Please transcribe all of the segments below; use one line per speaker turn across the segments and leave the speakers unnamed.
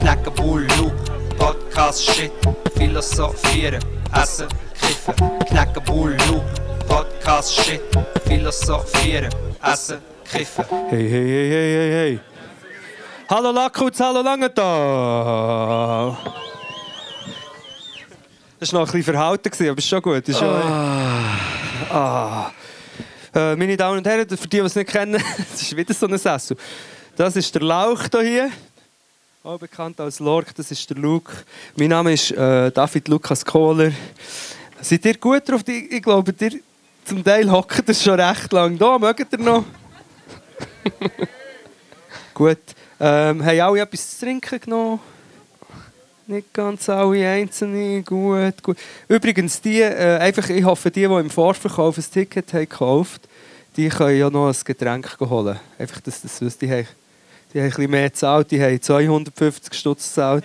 Snacken, Bullu, Podcast, Shit, Philosophieren, Essen, Kiffen, Knacken, Bullu, Podcast, Shit, Philosophieren, Essen, Kiffen.
Hey, hey, hey, hey, hey, hey. Hallo Lackhutz, hallo Langenthal. Das war noch ein bisschen verhalten, gewesen, aber ist schon gut. Ist schon Ah. Äh, meine Damen und Herren, für die, die es nicht kennen, das ist wieder so ein Sessel. Das ist der Lauch da hier, auch bekannt als Lork, das ist der Luke. Mein Name ist äh, David Lukas Kohler. Seid ihr gut drauf? Ich, ich glaube, ihr zum Teil hockt ihr schon recht lange da. Mögt ihr noch? Gut. Ähm, haben alle etwas zu trinken genommen? Nicht ganz alle einzelne. Gut, gut. Übrigens, die, äh, einfach, ich hoffe, die, die im Vorverkauf ein Ticket haben gekauft die können ja noch ein Getränk holen. Einfach, dass das wisst. Die haben, die haben ein bisschen mehr gezahlt. Die haben 250 Stutz gezahlt.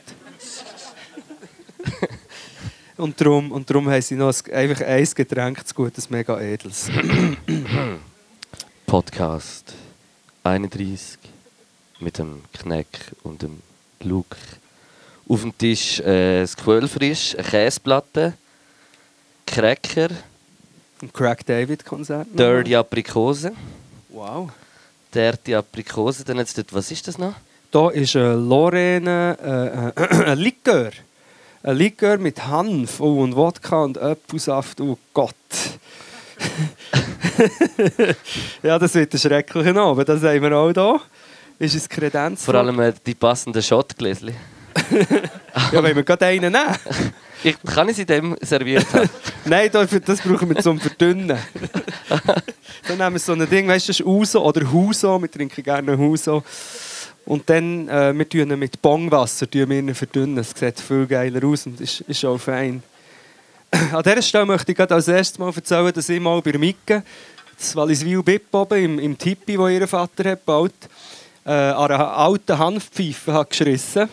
und, darum, und darum haben sie noch ein, einfach ein Getränk zu gut, das mega edles.
Podcast 31 mit dem Kneck und dem Luke. Auf dem Tisch äh, ein Quellfrisch, eine Käseplatte, Cracker,
Ein Craig David-Konzert. noch.
Dirty Aprikose,
Wow.
Dirty Aprikose, dann jetzt dort, was ist das noch?
Da ist äh, Lorraine, äh, äh, ein Likör. Ein Likör mit Hanf oh, und Wodka und Apfelsaft. Oh Gott. ja, das wird ein schrecklicher Abend. Das haben wir auch hier. Ist es Kredenz?
Vor allem äh, die passenden Schottgläschen.
Ja, wenn wir gerade einen nehmen.
Ich, kann ich sie dem serviert haben?
Nein, da- für- das brauchen wir zum Verdünnen. dann nehmen wir so ein Ding, weißt du, das ist Uso oder Huso. Wir trinken gerne Huso. Und dann, äh, wir tun ihn mit Bongwasser tun wir ihn verdünnen. Es sieht viel geiler aus und ist, ist auch fein. An dieser Stelle möchte ich gerade als erstes mal erzählen, dass ich mal bei der Micke, das Walliswil Bip oben im, im Tippi, wo ihr Vater hat gebaut, äh, an einer alten Hanfpfeife hat geschissen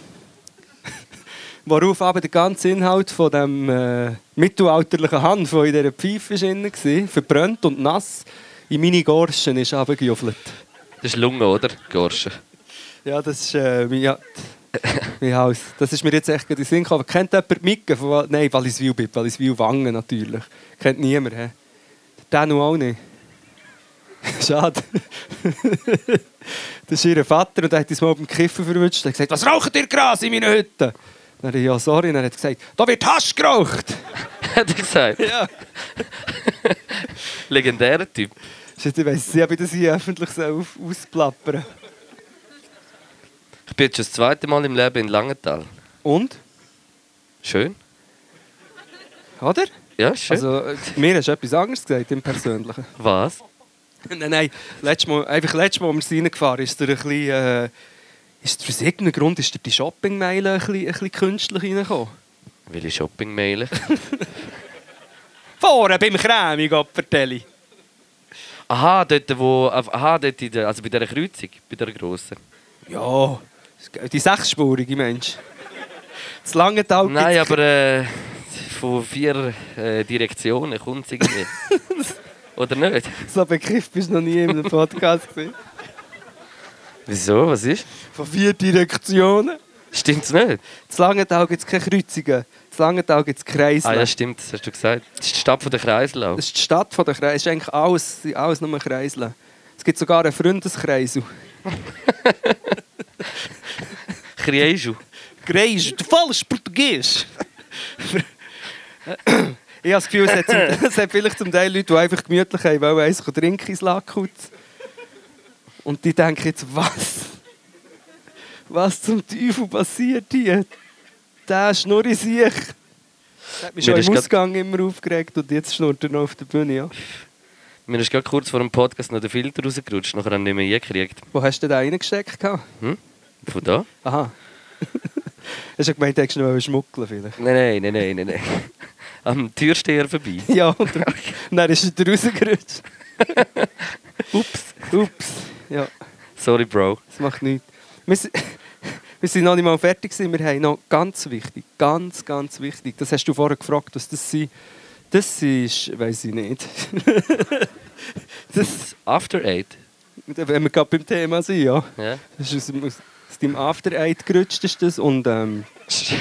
worauf aber der ganze Inhalt von dem äh, mittelalterlichen Hanf, der in dieser Pfeife drin war, verbrannt und nass, in meine Gorschen ist runtergejuffelt.
Das ist Lunge, oder? Gorsche.
Ja, das ist äh, mein, ja, mein Haus. Das ist mir jetzt echt gerade in den Sinn gekommen. Kennt jemand Micke von... Wal- Nein, Walliswil bip, Walliswil Wangen natürlich. Kennt niemand, hä? Den noch auch nicht. Schade. das ist ihr Vater und er hat uns mal beim Kiffen verwünscht. Er hat gesagt, was raucht ihr Gras in meinen Hütten? Dann hat er, ja sorry, und er hat gesagt, da wird Hasch geraucht.
Hat er gesagt.
Ja.
Legendärer Typ.
Ich weiss nicht, ob ich das hier öffentlich so auf- ausplappern
Ich bin jetzt schon das zweite Mal im Leben in Langenthal.
Und?
Schön?
Oder?
Ja, schön.
Also, äh, mir hast du etwas anderes gesagt im Persönlichen.
was?
Nein, nein. Letztes Mal, einfach letztes Mal, als wir reingefahren sind, ist er ein bisschen... Äh, ist aus irgendeinem Grund ist er die Shoppingmeile ein bisschen, ein bisschen künstlich reingekommen.
Will ich Shopping mailen?
Vorne beim Creme, Gottverdeli.
Aha, dort, wo. Aha, dort in der, also bei dieser Kreuzung, bei der grossen.
Ja, die sechsspurige Mensch. Das lange Tal
Nein, aber äh, von vier äh, Direktionen kommt es irgendwie. Oder nicht?
So Begriff bist du noch nie in einem Podcast gewesen.
Wieso? Was ist?
Von vier Direktionen.
Stimmt's nicht?
Das Langenthal gibt es keine Kreuzungen. Das Langenthal gibt es Kreisel.
Ah ja, stimmt, das hast du gesagt. Das ist die Stadt von der Kreislau.
Das ist die Stadt von der Kreisel. Es ist eigentlich alles, sind alles nur Kreisel. Es gibt sogar einen Freundeskreisel.
Kreisau.
Kreisel, du falsch Portugies. ich habe das Gefühl, es hat, zum, es hat vielleicht zum Teil Leute, die einfach gemütlich haben, weil eins trinken ins Lackhut. Und die denken jetzt, was? Was zum Teufel passiert hier? Der schnurrt sich. Das hat mich
Mir
schon
ist
im
grad-
Ausgang immer aufgeregt und jetzt schnurrt er noch auf der Bühne. Ja.
Mir ist gerade kurz vor dem Podcast noch der Filter rausgerutscht, nachher haben wir ihn nicht mehr gekriegt.
Wo hast du den reingesteckt? gehabt?
Hm? Von da?
Aha. Hast du gemeint, du hättest noch schmuggeln vielleicht?
Nein, nein, nein, nein, nein. Am Türsteher vorbei.
Ja, und dann- dann ist er rausgerutscht.
Ups.
Ups. Ja,
Sorry, Bro.
das macht nichts. Wir, si- wir sind noch nicht mal fertig. gewesen. Wir haben noch ganz wichtig, ganz, ganz wichtig. Das hast du vorher gefragt, was das sind. Das ist, weiß ich nicht. das,
After Eight.
wenn wir gerade beim Thema sind, ja.
Ja.
Das ist aus dem, aus Aus deinem After Eight gerutscht ist das und ähm,
Ich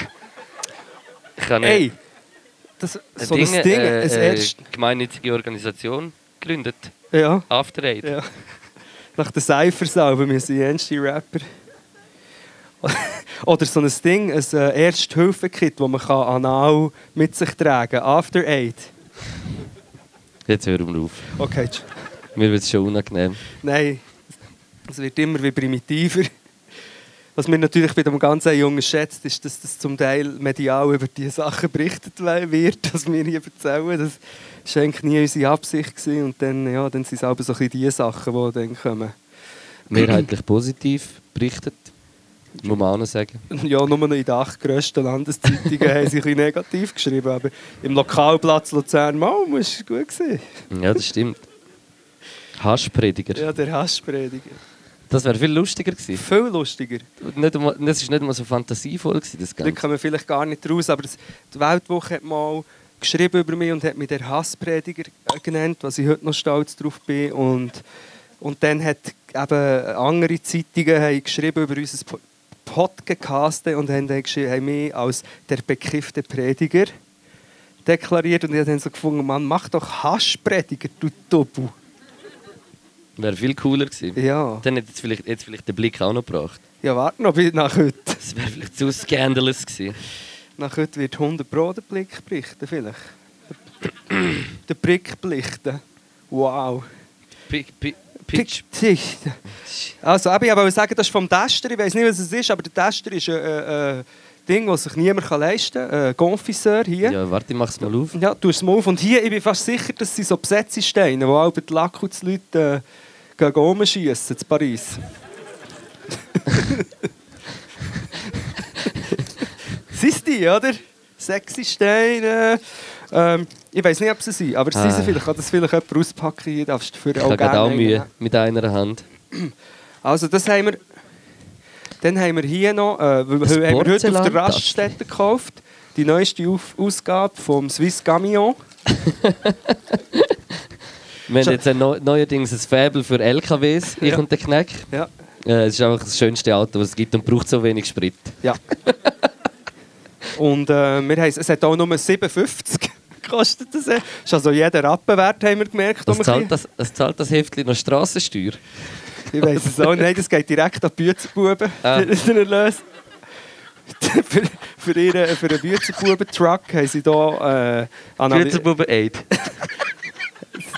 habe eine-
ey, das,
eine
so ein Ding,
äh,
ein
äh,
erst,
gemeinnützige Organisation gegründet.
ja,
After Aid.
ja. Nach der Cypher-Salbe müssen die ernste Rapper. Oder so ein Ding, ein äh, Erste-Hilfe-Kit, das man kann anal mit sich tragen kann. After Eight.
Jetzt hören wir auf.
Okay, tsch-
Mir wird es schon unangenehm.
Nein, es wird immer wie primitiver. Was mir natürlich bei dem ganzen Jungen schätzt, ist, dass das zum Teil medial über diese Sachen berichtet we- wird, dass wir hier erzählen. Das war eigentlich nie unsere Absicht. Gewesen. Und dann, ja, dann sind es aber so ein bisschen die Sachen, die dann kommen.
Mehrheitlich positiv berichtet. Muss man auch noch sagen.
Ja, nur noch in den acht grössten Landeszeitungen haben sie ein bisschen negativ geschrieben. Aber im Lokalplatz Luzern, mal, muss gut gewesen.
Ja, das stimmt. Haschprediger.
Ja, der Hassprediger.
Das wäre viel lustiger gewesen.
Viel lustiger.
Nicht einmal, das war nicht mal so fantasievoll, gewesen, das
Da
Ganze.
kommen wir vielleicht gar nicht raus, aber das- die Weltwoche hat mal geschrieben über mich und hat mich der Hassprediger äh, genannt, was ich heute noch stolz drauf bin. Und, und dann hat eben andere Zeitungen haben geschrieben über unser Po- Podcast und haben, dann geschrieben, haben mich als der bekiffte Prediger deklariert. Und ich habe dann so gefunden, Mann, mach doch Hassprediger, du Tobu.
Wäre viel cooler gewesen.
Ja,
Dann hätte jetzt vielleicht, jetzt vielleicht den Blick auch noch gebracht.
ja warte noch bis nach heute.
Das wäre vielleicht zu scandalous gewesen.
Nach heute wird 100 Pro der Blick berichten, vielleicht. der Blick berichten. Wow.
Pick, pick, pitch.
Berichten. Also, eben, ich wollte sagen, das ist vom Tester. Ich weiß nicht, was es ist, aber der Tester ist ein äh, äh, Ding, das sich niemand kann leisten kann. Äh, Confiseur hier. Ja.
Ja, warte, ich mach's mal auf.
du hast es mal auf. Und hier, ich bin fast sicher, dass sie so Besetzesteine, wo auch bei den Lackhuts Leute äh, gehen rumschiessen in Paris. sind die, oder? Sexy Steine. Ähm, ich weiß nicht, ob sie sind, aber sie sind
Ah.
sie vielleicht. Kann das vielleicht jemand auspacken? Hier darfst du
Ich
für
habe gerade auch
einen
Mühe
nehmen.
mit einer Hand.
Also das haben wir... Dann haben wir hier noch, äh, weil- weil haben wir heute auf der
Porzellantaschen.
Raststätte gekauft, die neueste Auf Ausgabe vom Swiss Camion.
Wir
Scha-
haben jetzt ein neu, neuerdings ein Faible für LKWs, ich
Ja.
und der Kneck.
Ja.
Äh, Es ist einfach das schönste Auto, das es gibt und braucht so wenig Sprit.
ja. Und äh, wir haben, es hat auch nur 7,50 gekostet. Das äh, ist also jeder Rappenwert, haben wir gemerkt.
Das
um ein bisschen-
zahlt das, das, zahlt das Heftchen noch Strassensteuer?
Ich weiß es auch nicht. Nein, das geht direkt an die Büzenbuben,
Ah.
den Erlös. für, für, ihre, für einen Büzenbuben-Truck haben sie hier äh,
Ah,
anal-
Bützerbube Aid.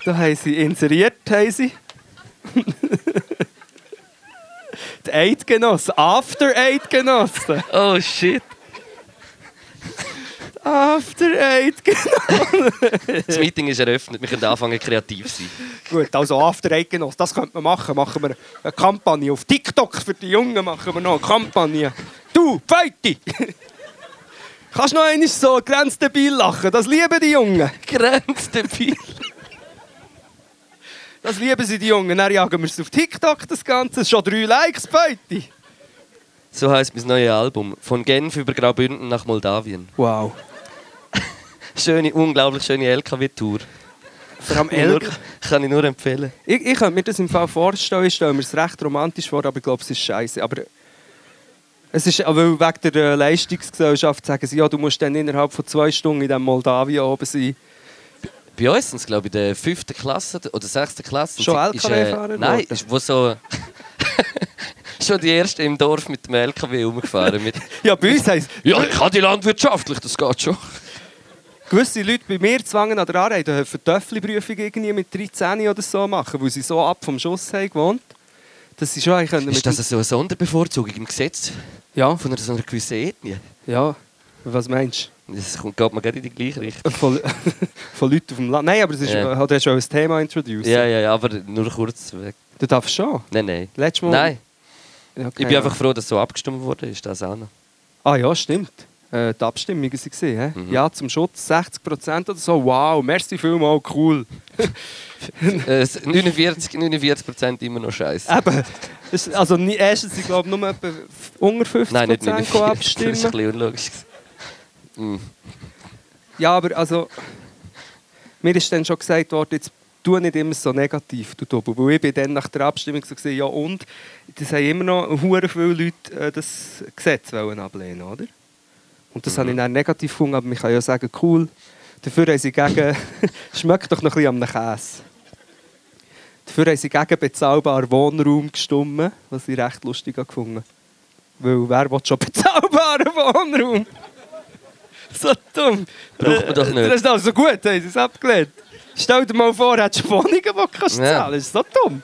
da haben sie inseriert. Haben sie. die Eidgenossen, After-Eidgenossen.
Oh shit.
After-Eidgenossen.
Das Meeting ist eröffnet, wir können anfangen kreativ zu sein.
Gut, also After-Eidgenossen, das könnte man machen. Machen wir eine Kampagne auf TikTok für die Jungen. Machen wir noch eine Kampagne. Du, Feiti! Kannst noch einmal so grenzdebil lachen? Das lieben die Jungen.
Grenzdebil.
Das lieben sie, die Jungen. Dann jagen wir es auf TikTok, das Ganze. Schon drei Likes, Feiti.
So heisst mein neues Album. Von Genf über Graubünden nach Moldawien.
Wow.
Schöne, unglaublich schöne LKW-Tour.
Vor allem
Nur-
Elke.
Kann ich nur empfehlen.
Ich, ich könnte mir das im Fall vorstellen, ich stelle mir es recht romantisch vor, aber ich glaube, es ist scheiße. Aber es ist, weil wegen der äh, Leistungsgesellschaft sagen sie, ja, du musst dann innerhalb von zwei Stunden in dem Moldawien oben sein.
Bei uns sind es, glaube ich, in der 5. Klasse oder 6. Klasse.
Schon
Ist, äh,
LKW-Fahrer
Nein,
geworden?
ist, wo so... schon die Ersten im Dorf mit dem LKW rumgefahren. Mit,
Ja, bei uns heisst
ja, ich kann die landwirtschaftlich, das geht schon.
gewisse Leute bei mir zwangen an der Arbeit, die für Töffli-Prüfung irgendwie mit 13 oder so machen, weil sie so ab vom Schuss haben gewohnt, dass sie schon eigentlich können
Ist das so eine Sonderbevorzugung im Gesetz
Ja,
von einer, so einer gewissen Ethnie?
ja. Was meinst
Das kommt, geht mir gerade in die gleiche Richtung.
du? Von, von Leuten auf dem Land. Nein, aber es ist,
Ja.
hat er schon ein Thema introduced.
Ja, ja, ja, aber nur kurz weg.
Du darfst schon.
Nein, nein.
Letztes Mal.
Nein,
Ja,
ich bin
keine
einfach froh, dass so abgestimmt wurde. Ist das auch noch?
Ah ja, stimmt. Äh, die Abstimmungen waren. Mhm. Ja, zum Schutz 60% oder so. Wow, merci vielmal, cool.
Äh, es- 49, 49 Prozent immer noch scheiße.
Eben. Das ist- Also nie- erstens, ich glaube, nur etwa f- unter 50%
Nein, nicht 49.
gehen
Das ist ein
abstimmen.
bisschen unlogisch. Mm.
Ja, aber also... Mir ist dann schon gesagt worden, jetzt tu nicht immer so negativ, du Tobu. Weil ich bin dann nach der Abstimmung so gesehen, ja und, das haben immer noch hure viele Leute äh, das Gesetz wollen ablehnen, oder? Und das habe
Mhm.
ich dann negativ gefunden, aber ich kann ja sagen, cool, dafür haben sie gegen, schmeckt doch noch ein bisschen am Käse. Dafür haben sie gegen bezahlbaren Wohnraum gestimmt, was ich recht lustig habe gefunden Weil wer will schon bezahlbaren Wohnraum? So dumm.
Braucht man doch nicht.
Das ist also gut, haben sie es abgelehnt. Stell dir mal vor, hättest du Wohnungen, die du zahlen kannst.
Ja.
Das ist so dumm.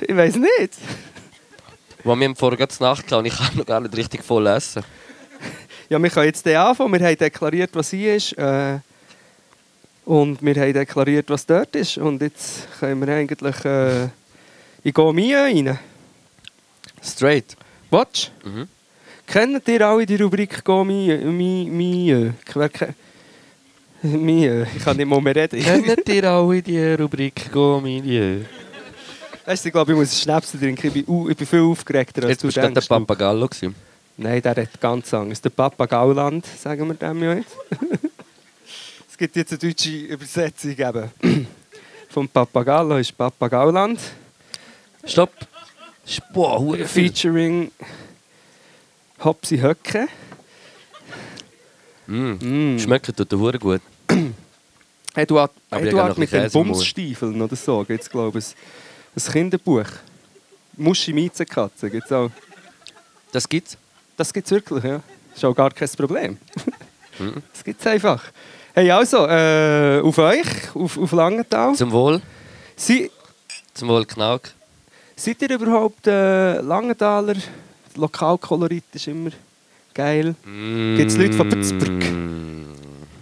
Ich weiß nicht.
Wo wir haben vorher gerade zu Nacht gehabt und ich kann noch gar nicht richtig voll essen.
Ja, wir können jetzt den anfangen. Wir haben deklariert, was hier ist. Äh, und wir haben deklariert, was dort ist. Und jetzt können wir eigentlich äh, in Gomia rein.
Straight.
Watch.
Mhm.
Kennt ihr alle die eh, Rubrik Gomia? Mie? Wer kennt. Mie. Ich kann nicht mal mehr reden.
Kennt ihr alle die Rubrik Gomilie?
weißt du, ich glaube, ich muss einen Schnaps trinken. Ich bin, au- Uh, ich bin viel aufgeregter als
Jetzt
du
bist du der
denkst. du.
Papagallo. gewesen.
Nein, der hat ganz anders. Der Papagauland, sagen wir dem ja jetzt. es gibt jetzt eine deutsche Übersetzung eben. Vom Papagallo ist Papagauland.
Stopp. Sch- Boah, hure viel.
Featuring Hopsi Höcke.
Mm. Schmeckt tut hure gut.
Eduard,
Aber ich habe noch
Eduard mit
ein
den
bisschen Käse im Mund.
Bumsstiefeln oder so. Gibt's glaube ich, ein, ein Kinderbuch. Muschi Miezenkatze gibt's auch.
Das gibt's.
Das gibt es wirklich, ja. Ist auch gar kein Problem.
Hm?
das gibt es einfach. Hey, also, äh, auf euch, auf, auf Langenthal.
Zum Wohl.
Sie,
Zum Wohl Knack.
seid ihr überhaupt äh, Langenthaler? Lokalkolorit ist immer geil.
Mm.
Gibt's Leute von Würzburg?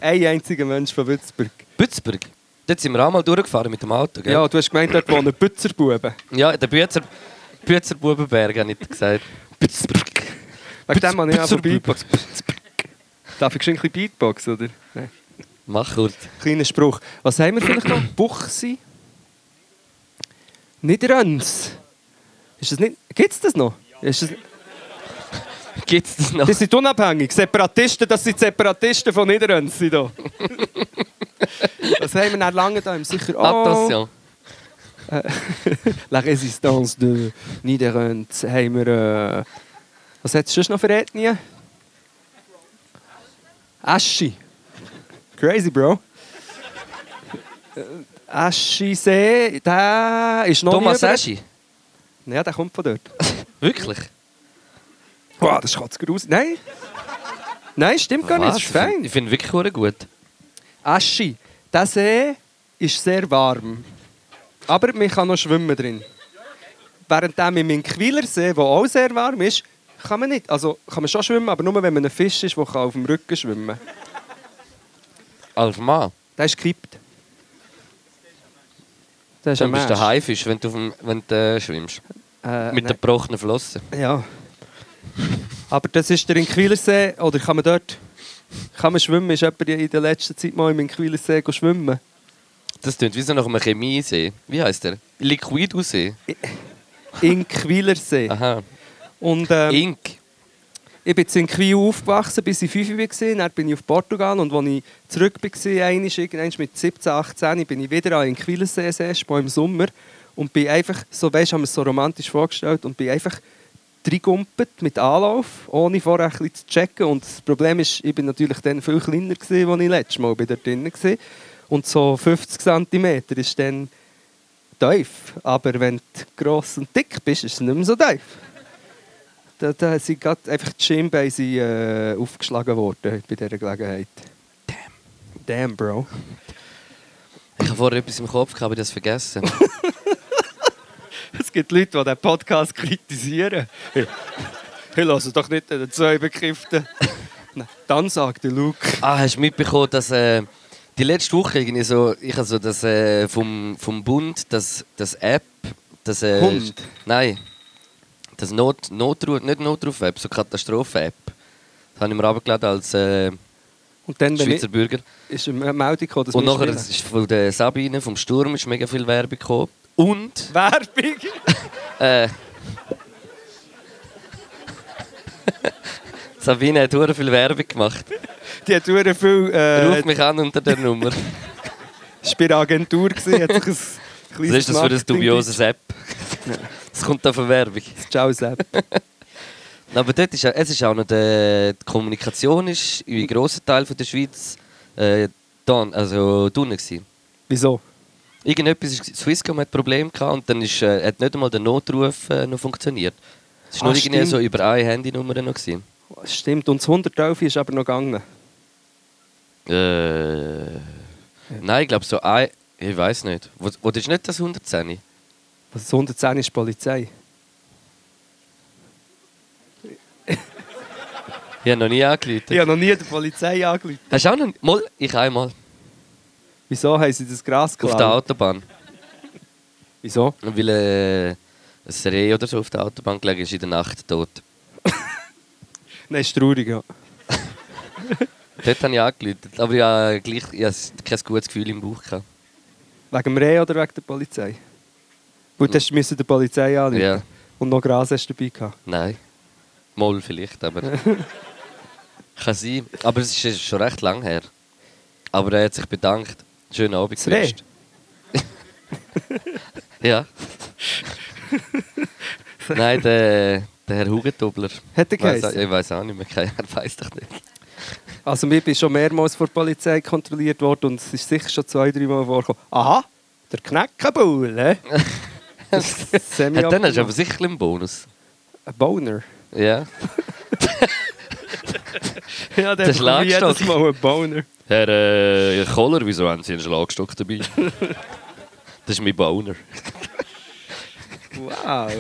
Ein einziger Mensch von Würzburg.
Bützberg. Dort sind wir auch mal durchgefahren mit dem Auto, gell?
Ja, du hast gemeint, dort wohnen Bützerbuben.
Ja, der Bützer... Bützer Bubenberg, habe ich gesagt. Bützberg.
Wegen dem habe ich auch
Bützerbuben.
Beatbox. Darf ich geschwind ein bisschen Beatbox, oder? Nein.
Mach kurz.
Kleiner Spruch. Was haben wir vielleicht noch? Buchsi? Niederöns? Ist das nicht... Gibt es das noch? Ist das...
Gibt's das noch?
Die sind unabhängig. Separatisten, das sind die Separatisten von Niederöns. sind da. Was haben wir dann lange da im sicher... Oh,
Attention.
La Résistance de Niederöns haben wir... Äh, was hat es sonst noch für Ethnien? Aschi. Crazy, Bro. Äh, Aschisee, der ist noch
Thomas
nie über-
Eschi.
Ja, der kommt von dort.
Wirklich?
Wow, das kotzt gruselig. Nein. Nein, stimmt gar nicht. Das
Was?
ist fein.
Ich finde wirklich hure gut.
Aschi. Der See ist sehr warm. Aber man kann noch schwimmen drin. Während im Inquiler See, der auch sehr warm ist, kann man nicht. Also kann man schon schwimmen, aber nur wenn man ein Fisch ist, der kann auf dem Rücken schwimmen kann.
Alf Mann.
Der ist gekippt. Der ist
Dann
ein
bist du
Mensch.
ein Haifisch, wenn du, auf dem, wenn du äh, schwimmst.
Äh,
Mit der
nein.
gebrochenen Flosse.
Ja. Aber das ist der Inquilersee, oder kann man dort... Kann man schwimmen? Ist jemand in der letzten Zeit mal im Inquilersee go schwimmen?
Das tönt wie so nach einem Chemiesee. Wie heißt der? Liquidusee.
Inquilersee.
Aha.
Und ähm,
Ink.
ich bin jetzt in Quil aufgewachsen, bis ich 5 Uhr war. Dann bin ich auf Portugal und als ich zurück war, einmal, irgendwann mit 17, 18, bin ich wieder an Inquilersee erstmal im Sommer und bin einfach, so weißt, haben wir es so romantisch vorgestellt und bin einfach reingekumpelt mit Anlauf, ohne vorher ein bisschen zu checken. Und das Problem ist, ich bin natürlich dann viel kleiner gewesen, als ich letztes Mal bin dort drin war. Und so 50 cm ist dann tief. Aber wenn du gross und dick bist, ist es nicht mehr so tief. Da, da sind gerade einfach die Schienbeine äh, aufgeschlagen worden bei dieser Gelegenheit. Damn. Damn, Bro.
Ich habe vorher etwas im Kopf, gehabt, aber ich habe das vergessen.
Es gibt Leute, die diesen Podcast kritisieren. Ich ich höre doch nicht den zwei Bekifften. Nein, Dann sagt der Luke.
ah, hast du mitbekommen, dass äh, die letzte Woche irgendwie so, ich also das äh, vom, vom Bund, das, das App, das äh,
Hund?
Nein, das Not, Notruf, nicht Notruf-App, so Katastrophe-App. Das habe ich mir abgeladen als äh,
Und dann bin
Schweizer
ich,
Bürger.
ist eine Meldung gekommen, dass
Und
wir
nachher
spielen.
es ist von der Sabine vom Sturm ist mega viel Werbung gekommen. Und
Werbung!
Äh. Sabine hat hure viel Werbung gemacht.
Die hat sehr viel... Äh,
Ruf mich an unter der Nummer.
war bei der Agentur, gewesen, hat sich ein
Was
kleines
ist das für ein
Marketing-
dubioses App? Es kommt auf eine Werbung.
Ciao, Sepp.
Na, aber dort ist, ja- es ist auch noch der, die Kommunikation ist in grossen Teil von der Schweiz äh, dann, also dunne gewesen.
Wieso?
Irgendetwas ist, Swisscom hat Probleme gehabt und dann ist, äh, hat nicht einmal der Notruf äh, noch funktioniert. Es war
Ah,
nur irgendwie
stimmt.
so über eine Handynummer noch gewesen.
Stimmt, und das 111 ist aber noch gegangen.
Äh, nein, ich glaube so ein, ich weiß nicht. Wo, wo ist nicht das 110?
Also das 110 ist die Polizei.
Ich habe noch nie angeleitet.
Ich habe noch nie der Polizei angerufen.
Hast du auch noch mal? Ich einmal.
Wieso haben sie das Gras
Auf der
geklaut?
Autobahn.
Wieso?
Weil äh, ein Reh oder so auf der Autobahn gelegen ist in der Nacht tot.
Nein, ist traurig, ja.
Dort habe ich angeleitet, aber ich habe gleich ich habe kein gutes Gefühl im Bauch. Gehabt.
Wegen dem Reh oder wegen der Polizei? Weil das müssen der Polizei anrufen.
Ja.
Und noch Gras hast du dabei gehabt.
Nein. Mal vielleicht, aber. Kann sein. Aber es ist- es ist schon recht lang her. Aber er hat sich bedankt. Schönen Abend
Das Reh?
gewünscht. ja. Nein, der, der Herr Hugentobler.
Hat er
Weiss-
geheissen?
Ich weiß auch nicht mehr. Keine- Er weiß doch nicht.
Also ich bin schon mehrmals von der Polizei kontrolliert worden und es ist sicher schon zwei, drei Mal vorgekommen. Aha, der Kneckenbull, hä? Semi-
Hat dann hast du aber sicher einen Bonus.
Ein Boner.
Ja.
Ja,
Der bekommt jedes Schlagstock.
Mal ein Boner.
Herr äh, Koller, wieso haben Sie einen Schlagstock dabei? das ist mein Boner.
Wow.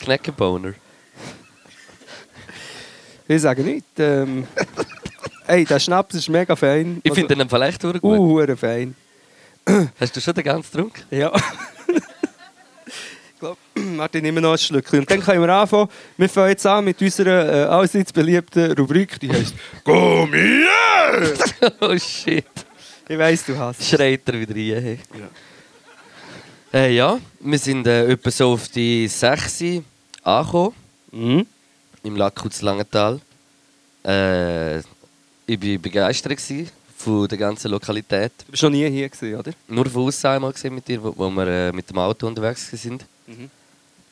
Kneckenboner.
Ich sage nicht. Ähm, ey, der Schnaps ist mega fein. Also,
Ich finde den vielleicht echt gut.
Uh, hure fein.
Hast du schon den ganzen Trunk?
Ja. ich glaube, Martin, immer noch ein Schlückchen. Und dann können wir anfangen. Wir fangen jetzt an mit unserer äh, allseits beliebten Rubrik, die heisst Gummier!
oh shit.
Ich weiss, du hast es.
Schreit er wieder rein. Hey. Ja. Äh, ja, wir sind äh, etwa so auf die 6 angekommen,
Mhm.
im Lackhutz Langenthal. Äh, ich war begeistert gewesen von der ganzen Lokalität.
Du bist noch nie hier gewesen, oder?
nur von außen einmal gesehen mit dir, wo, wo wir äh, mit dem Auto unterwegs gewesen sind.
Mhm.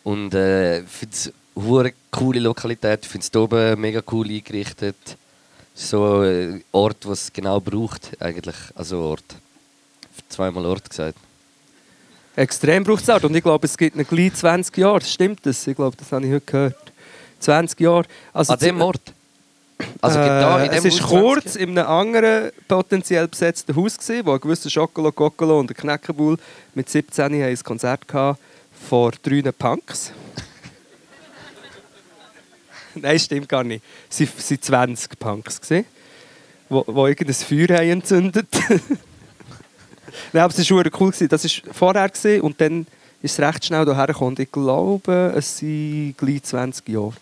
Und äh, ich finde es eine coole Lokalität. Ich finde es oben mega cool eingerichtet. So ein Ort, was es genau braucht, eigentlich. Also Ort. Zweimal Ort gesagt.
Extrem braucht es auch. Und ich glaube, es gibt einen gleich 20 Jahre. Stimmt das? Ich glaube, das habe ich heute gehört. 20 Jahre. Also
An dem Ort? Also
äh,
gibt da in dem
es ist
Haus
kurz
20?
in einem anderen potenziell besetzten Haus, gewesen, wo ein gewisser Schokolo, Kokolo und der Knäckebull mit 17 haben ein Konzert gehabt vor drei Punks. Nein, stimmt gar nicht. Es waren 20 Punks, gewesen, wo, wo irgendein Feuer haben entzündet Nein, aber es war schon cool. gewesen. Das war vorher gewesen und dann ist es recht schnell hierher gekommen. Und Ich glaube, es sind gleich 20 Jahre.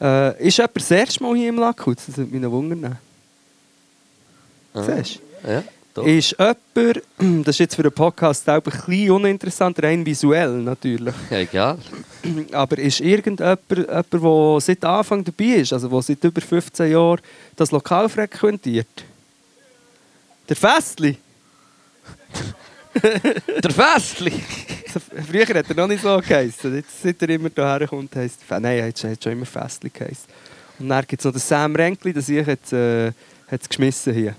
Äh, ist jemand das erste Mal hier im Lackhutz? Das würde mich noch wundern.
Ah.
Siehst
Ja,
du?
da.
Ist jemand, das ist jetzt für einen Podcast selber ein bisschen uninteressant, rein visuell natürlich,
ja, egal.
aber ist irgendjemand, jemand, der seit Anfang dabei ist, also der seit über 15 Jahren das Lokal frequentiert? Der Festli?
Der Festli!
Früher hat er noch nicht so geheißen. Jetzt, seit er immer hierher kommt, heisst er. Nein, er hat schon- hat schon immer Festli geheißen. Und dann gibt es noch den Sam Renkli, der sich jetzt, äh, hat's geschmissen hier.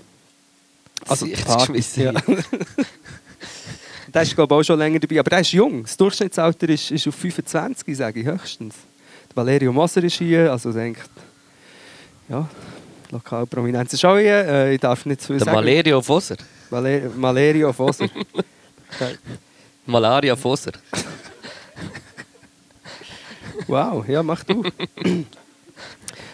Also,
die
ich
Party,
geschmissen.
ja. der ist, glaube ich, auch schon länger dabei. Aber der ist jung. Das Durchschnittsalter ist, ist auf 25, sage ich höchstens. Der Valerio Moser ist hier, also denkt, ja, Lokalprominenz ist auch hier. Äh, ich darf nicht zu viel
Der
sagen.
Valerio Fosser.
Valer Valerio Fosser.
Malaria Fosser.
Wow, ja, mach du.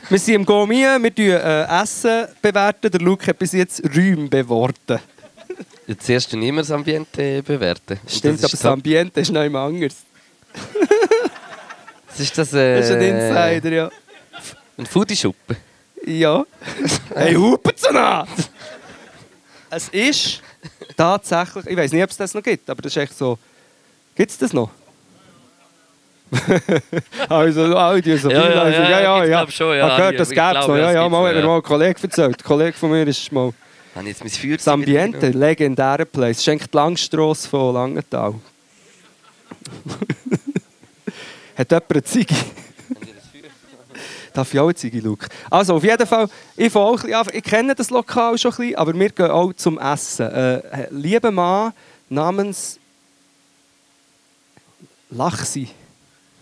wir sind im Gourmet, wir tun, äh, Essen bewerten. Der Luke hat bis jetzt Räume beworten.
Ja, Zuerst du immer das Ambiente bewerten. Und
Stimmt,
das
aber
ist
das
top.
Ambiente ist noch immer anders.
Das ist das. Äh,
Das ist ein Insider, ja.
Ein Foodie-Schuppen.
Ja. hey, hupen Sie nach! Es ist tatsächlich, ich weiß nicht, ob es das noch gibt, aber das ist echt so. Gibt es das noch? also, Audio, so
Ja,
viel.
ja,
also,
ja,
ja,
ja,
ja,
gibt's,
ja.
glaub schon, ja,
Ich habe gehört,
hier,
das
ich
gäbe es
glaube,
noch. Ja,
das
ja,
gibt's
mal hat
noch,
mir
ja.
mal ein Kollege erzählt. Ein Kollege von mir ist mal
Habe ich jetzt mein Feuer
Das Ambiente, legendäre Place, schenkt die Langstrasse von Langenthal. Hat jemand eine Ziege? Darf ich auch eine Ziege, Luke? Also, auf jeden Fall, ich, fange auch ein bisschen an. ich kenne das Lokal schon ein bisschen, aber wir gehen auch zum Essen. Äh, ein lieber Mann namens Lachsi.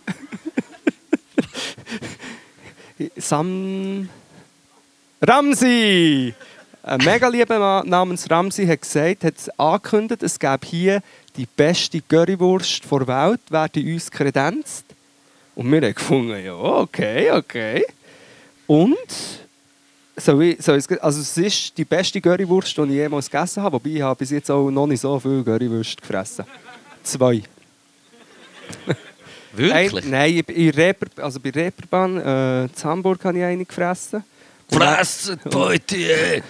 Sam... Ramsi! Ein mega lieber Mann namens Ramsi hat gesagt, hat angekündigt, es gäbe hier die beste Currywurst der Welt, wer die uns kredenzt. Und wir haben gefunden, ja, okay, okay. Und, soll ich, soll ich, es- also es ist die beste Currywurst, die ich jemals gegessen habe, wobei ich habe bis jetzt auch noch nicht so viel Currywurst gefressen. Zwei.
Wirklich?
Ein, nein, ich- in Reeper, also bei Reeperbahn, äh, in Hamburg habe ich eine gefressen.
Fressen, die Beute! ey.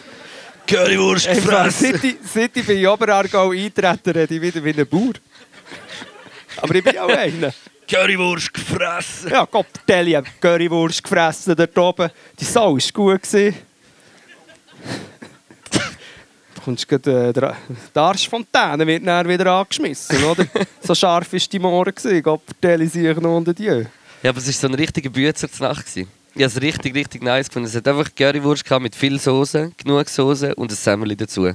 Currywurst
Ey, Mann,
gefressen!
seit, ich, seit ich bei Oberargau eintreten, rede ich wieder wie ein Bauer. Aber ich bin auch einer.
Currywurst gefressen!
Ja, Gott, Telly, ich habe Currywurst gefressen dort oben. Die Sau war gut. gewesen. Du kommst grad, äh, der- die Arschfontäne wird dann wieder angeschmissen, oder? so scharf war die Mohren. gewesen. Gott, Telly, sehe ich noch unter dir.
Ja, aber es war so ein richtiger Bützer zur Nacht. gewesen. Ich habe es richtig, richtig nice gefunden. Es hat einfach Currywurst gehabt mit viel Soße, genug Soße und ein Semmel dazu.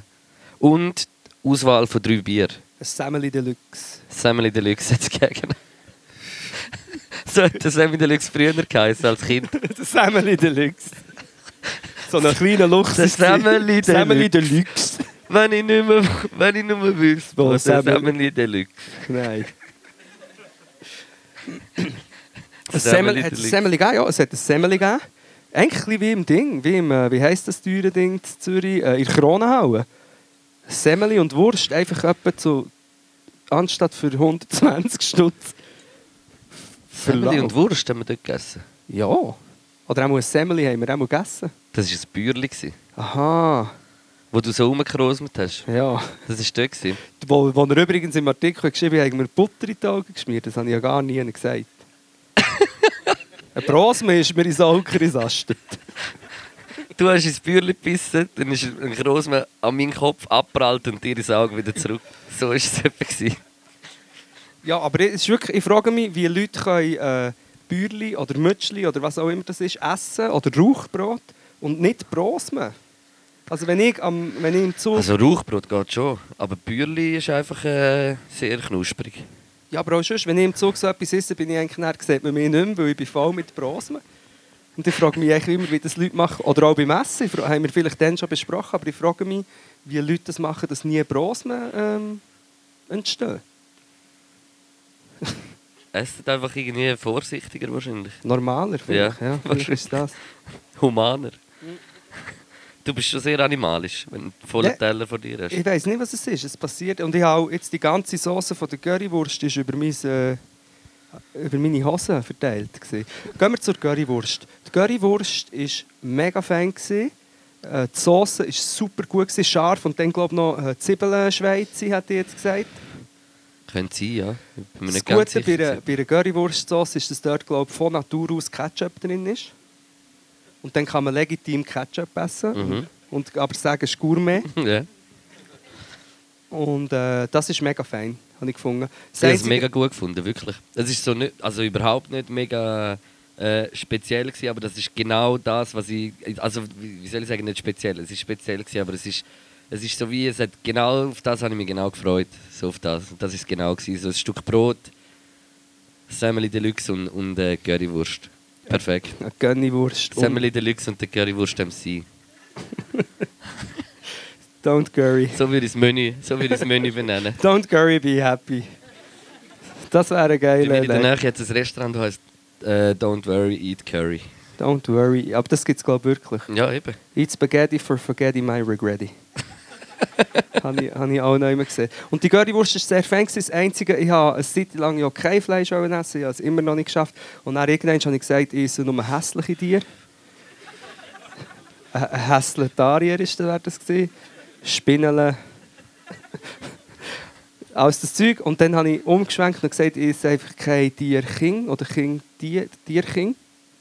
Und Auswahl von drei Bier.
Ein Semmeli Deluxe.
Semmel Deluxe hat es gegeben. so hat das Semmel Deluxe früher geheißen als Kind.
Ein Semmeli Deluxe. So ein kleiner Luchs.
Das Semmeli Deluxe.
Semmeli Deluxe.
Wenn ich nicht mehr, wenn ich nur mehr wüsste,
Wo
wo das
Semmel-
Semmel Deluxe.
Nein. Ein
Semmel
Semmel, hat ein
Deluxe.
Semmel gegeben? Ja, es hat ein Semmel gegeben. Eigentlich ein bisschen wie im Ding, wie im, äh, wie heisst das teure Ding in Zürich, äh, in der Kronenhalle. Semmel und Wurst, einfach etwa zu, anstatt für 120 Stutz. Für
Semmel
lau.
und Wurst haben wir dort gegessen.
Ja. Oder auch mal ein Semmel haben wir auch mal gegessen.
Das war ein Bürli, gewesen,
Aha,
wo du so rumgekrosmet hast.
ja.
Das war dort. gewesen.
Wo, wo er übrigens im Artikel geschrieben hat, haben wir Butter in die Augen geschmiert. Das habe ich ja gar nie gesagt. Ein Brosme ist mir ins Auge gesastet.
Du hast ins Bürli gebissen, dann ist ein Grossmann an meinen Kopf abprallt und dir ins Auge wieder zurück. So war es etwa. gewesen.
Ja, aber es ist wirklich, ich frage mich, wie Leute können, äh, Bürli oder Mütschli oder was auch immer das ist, essen oder Rauchbrot und nicht Brosme. Also wenn ich, am, wenn ich im Zug...
Also Rauchbrot geht schon, aber Bürli ist einfach äh, sehr knusprig.
ja, aber auch sonst, wenn ich im Zug so etwas esse, bin ich eigentlich näher, sieht man mich nicht mehr, weil ich bin voll mit Brosme. Und ich frage mich eigentlich immer, wie das Leute machen, oder auch beim Essen, ich fra- haben wir vielleicht dann schon besprochen, aber ich frage mich, wie Leute das machen, dass nie Brosme ähm, entstehen.
Es ist einfach irgendwie vorsichtiger wahrscheinlich.
Normaler vielleicht, ja,
Ja,
vielleicht ist das.
Humaner. Du bist schon sehr animalisch, wenn du einen vollen
Ja.
Teller vor dir hast.
Ich weiß nicht, was es ist. Es passiert. Und ich habe auch jetzt die ganze Soße von der Currywurst ist über, mein, äh, über meine Hose verteilt. Gewesen. Gehen wir zur Currywurst. Die Currywurst war mega fein. Gewesen. Äh, Die Soße war super gut, gewesen, scharf. Und dann, glaube ich, noch äh, Zwiebeln-Schweizi, hat ich jetzt gesagt.
Könnte sein, ja. Ich bin mir
Das
nicht ganz
Gute
sicher.
bei einer, bei einer Currywurst-Sauce ist, dass dort glaub, von Natur aus Ketchup drin ist. Und dann kann man legitim Ketchup essen.
Mhm.
Und, aber sagen, es ist Gourmet.
ja.
Und äh, das ist mega fein, habe ich gefunden. Das
Ich habe es
einzige-
mega gut gefunden, wirklich. Es ist so nicht, also überhaupt nicht mega äh, speziell gewesen, aber das ist genau das, was ich, also wie wie soll ich sagen, nicht speziell. Es ist speziell gewesen, aber es ist, es ist so wie, es hat genau auf das habe ich mich genau gefreut, so auf das. Und Das ist genau gewesen, so ein Stück Brot, Semmeli Deluxe und, und äh, Currywurst. Perfekt.
Eine Gönniwurst. Und
Semmeli Deluxe und der Currywurst haben sie.
Don't curry.
So würde ich das Menü, so würde ich das Menü benennen.
Don't curry, be happy. Das wäre eine
Bei mir
geile
in der Nähe jetzt ein Restaurant, das heisst äh, Don't Worry, Eat Curry.
Don't worry. Aber das gibt es, glaube ich, wirklich.
Ja, eben.
Eat Spaghetti for Spaghetti, my regretti. habe ich, hab ich auch noch immer gesehen. Und die Currywurst war sehr fein. gewesen. Das Einzige, ich habe eine Zeit lang ja kein Fleisch wollen essen, ich habe es immer noch nicht geschafft. Und dann irgendwann habe ich gesagt, ich esse nur hässliche Tiere. Ein- Ein Häsletarier ist das- wär das. gewesen. Spinnele. Alles das Zeug. Und dann habe ich umgeschwenkt und gesagt, ich esse einfach kein Tierking oder King, Tier, Tierking.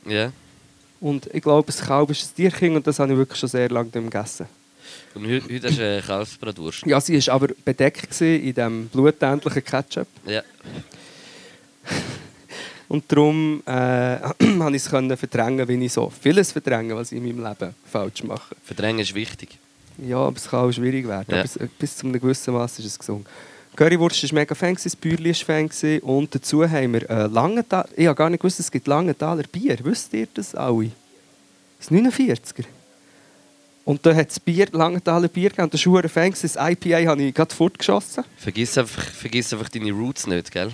Ja.
Und ich glaube, ein Kalb ist ein Tierking und das habe ich wirklich schon sehr lange nicht mehr gegessen.
Und heute, heute hast du eine Kalbsbratwurst.
Ja, sie war aber bedeckt gewesen in diesem blutähnlichen Ketchup.
Ja.
Und darum äh, konnte ich es können verdrängen, wie ich so vieles verdrängen, was ich in meinem Leben falsch mache.
Verdrängen ist wichtig.
Ja, aber es kann auch schwierig werden.
Ja.
Aber es, bis zu einem gewissen Maß ist es gesund. Currywurst war mega Fan, das Bäuerli war Fan. gewesen. Und dazu haben wir äh, Langenthal. Ich habe gar nicht gewusst, es gibt Langenthaler Bier. Wisst ihr das alle? Das 49er. Und da hat es Bier, Langenthaler Bier gegeben. Und das war ein Fan. gewesen. Das IPA habe ich gerade fortgeschossen.
Vergiss einfach, vergiss einfach deine Roots nicht, gell?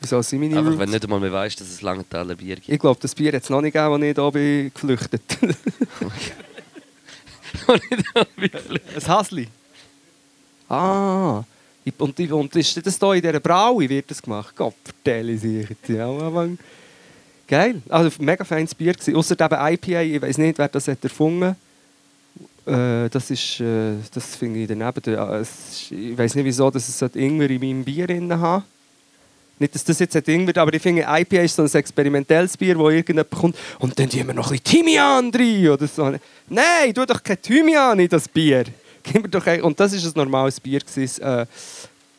Wieso sind meine
Einfach,
Roots?
wenn du nicht einmal mehr weißt, dass es Langenthaler Bier gibt.
Ich glaube, das Bier hat es noch nicht gegeben, als ich hier bin geflüchtet Ein Hasli? Ah. ich- Und, ich- und ist das hier in dieser Braue wird das gemacht? Gott, vertelle ich sich jetzt. Ja, Mann. Geil. Also mega feines Bier gewesen. Außer eben IPA, ich weiß nicht, wer das hat erfunden äh, das ist, äh, das finde ich daneben. Da- äh, es ist- Ich weiß nicht, wieso dass es so Ingwer in meinem Bier drin hat. Nicht, dass das jetzt hat Ingwer, aber ich finde, IPA ist so ein experimentelles Bier, wo irgendjemand kommt und dann tun wir noch ein bisschen Thymian rein oder so. Nein, tu doch kein Thymian in das Bier. Gib mir doch ein- und das ist ein normales Bier, gewesen, äh,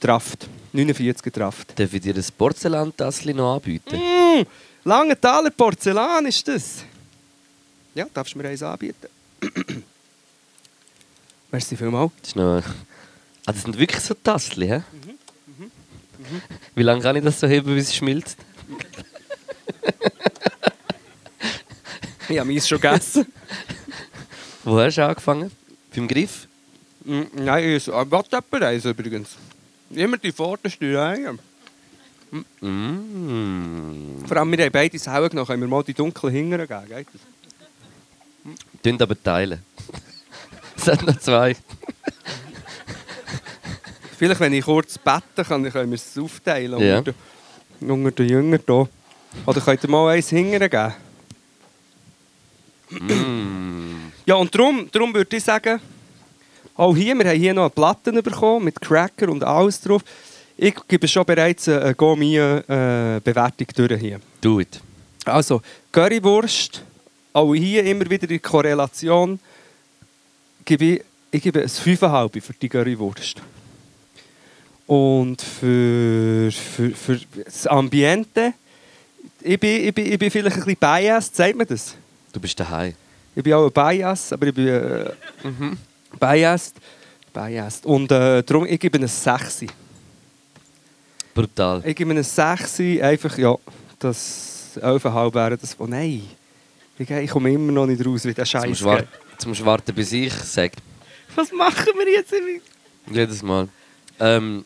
Draft, 49 Draft.
Darf ich dir ein Porzellantassli noch anbieten?
Mm, Langenthaler Porzellan ist das. Ja, darfst du mir eins anbieten? Merci vielmals.
Das ist noch... Ah, das sind wirklich so Tassli, hä? Wie lange kann ich das so heben, bis es schmilzt?
Ich habe meins schon gegessen.
Wo hast du angefangen? Beim Griff?
Mm, Nein, ich warte etwa eins übrigens. Immer die vorderste Reihe.
Mmh.
Vor allem, wir haben beide Sauen genommen, können wir mal die dunklen Hingern geben, geht das?
Tönt aber teilen. es hat noch zwei.
Vielleicht, wenn ich kurz beten kann, dann können wir es aufteilen
Ja.
unter, den- unter den Jüngern hier. Oder könnt ihr mal eins hingern geben?
Mmh.
Ja, und darum, darum würde ich sagen, auch hier, wir haben hier noch eine Platte bekommen mit Cracker und alles drauf. Ich gebe schon bereits äh, eine, eine Gourmet-Bewertung äh, durch hier.
Do it.
Also, Currywurst, auch hier immer wieder in Korrelation, gebe ich, ich gebe ein 5,5 für die Currywurst. Und für, für, für das Ambiente, ich bin, ich, bin, ich bin vielleicht ein bisschen biased, sagt man das?
Du bist daheim.
Ich bin auch ein Bias, aber ich bin äh, biased. biased. Und äh, darum, ich gebe ein 6.
Brutal.
Ich gebe einem 6, einfach, ja, das 11,5 wäre das. Oh nein, ich, ich komme immer noch nicht raus, wie der
Zum,
Scheiß
Schwar zum Schwarten bis ich sagt.
Was machen wir jetzt? Emil?
Jedes Mal. Ähm,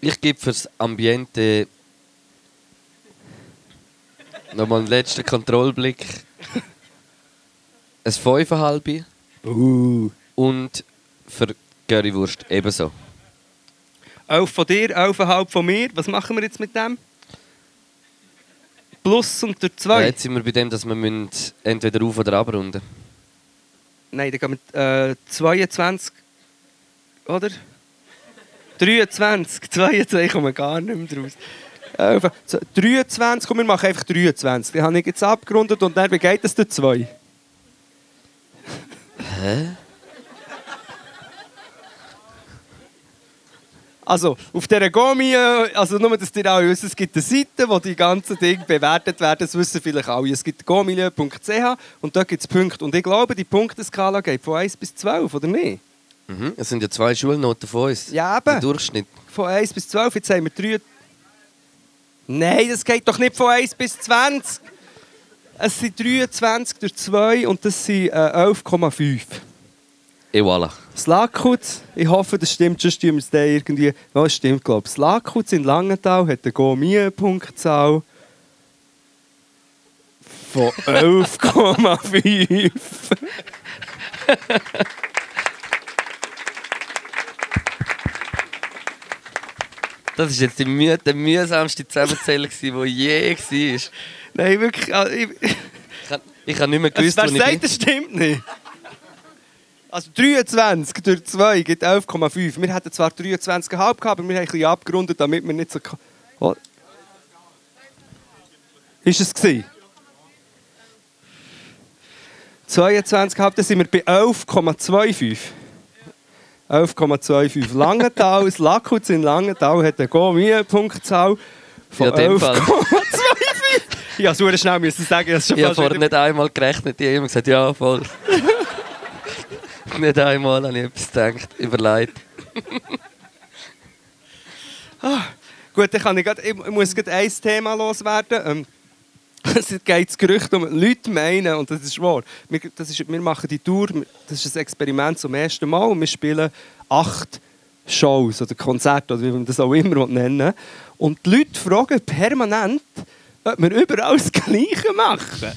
ich gebe fürs Ambiente nochmal einen letzten Kontrollblick. Ein 5,5
Uh.
und für die Currywurst ebenso.
11 von dir, 11,5 von mir. Was machen wir jetzt mit dem? Plus und der 2.
Ja, Jetzt sind wir bei dem, dass wir müssen entweder auf- oder abrunden
Nein, dann gehen wir äh, 22. Oder? 23. 22 ich komme gar nicht mehr draus. Elf- z- 23, komm, wir machen einfach 23. Die habe ich jetzt abgerundet und dann wie geht es der 2.
Hä?
Also, auf dieser Gomi, äh, also nur, dass ihr alle wisst, es gibt eine Seite, wo die ganzen Dinge bewertet werden, das wissen vielleicht alle. Es gibt gomilieu.ch und dort gibt es Punkte. Und ich glaube, die Punkteskala geht von 1 bis 12, oder nicht?
Mhm. Es sind ja zwei Schulnoten von uns.
Ja, eben.
Der Durchschnitt.
Von 1 bis 12, jetzt haben wir 3. Nein, das geht doch nicht von 1 bis 20. Es sind 23 durch 2 und das sind äh, 11,5.
Et voilà.
Slakutz, ich hoffe, das stimmt, sonst tun wir es dann irgendwie. Ja, es stimmt, glaube ich. Slakutz in Langenthal hat eine Gourmet-Punktzahl von 11,5.
Das war jetzt die müh der mühsamste Zusammenzähler, gewesen, der je war.
Nein, wirklich. also Ich,
Ich hab- Ich habe nicht mehr
Also,
gewusst,
wer
wo ich bin.
sagt, das stimmt nicht. Also 23 durch 2 gibt 11,5. Wir hatten zwar 23,5 gehabt, aber wir haben ein bisschen abgerundet, damit wir nicht so... ka- Oh. Ist es gewesen? 22,5, dann sind wir bei 11,25. 11,25. Langenthal, das Lackhutz in Langenthal hat eine Go-Mühe-Punktzahl von
Ja, in dem Fall.
11,25. Ja, so schnell müssen sagen, das ist schon
Ich habe
fast
vorher
wieder...
nicht einmal gerechnet. Ich habe immer gesagt, ja, voll. nicht einmal habe ich etwas gedacht, überlegt.
Gut, dann kann ich, grad, ich muss gerade ein Thema loswerden. Ähm, es geht das Gerücht um, Leute meinen, und das ist wahr, wir, das ist, wir machen die Tour, das ist ein Experiment zum ersten Mal und wir spielen acht Shows oder Konzerte oder wie man das auch immer nennen will. Und die Leute fragen permanent, ob wir überall das Gleiche machen.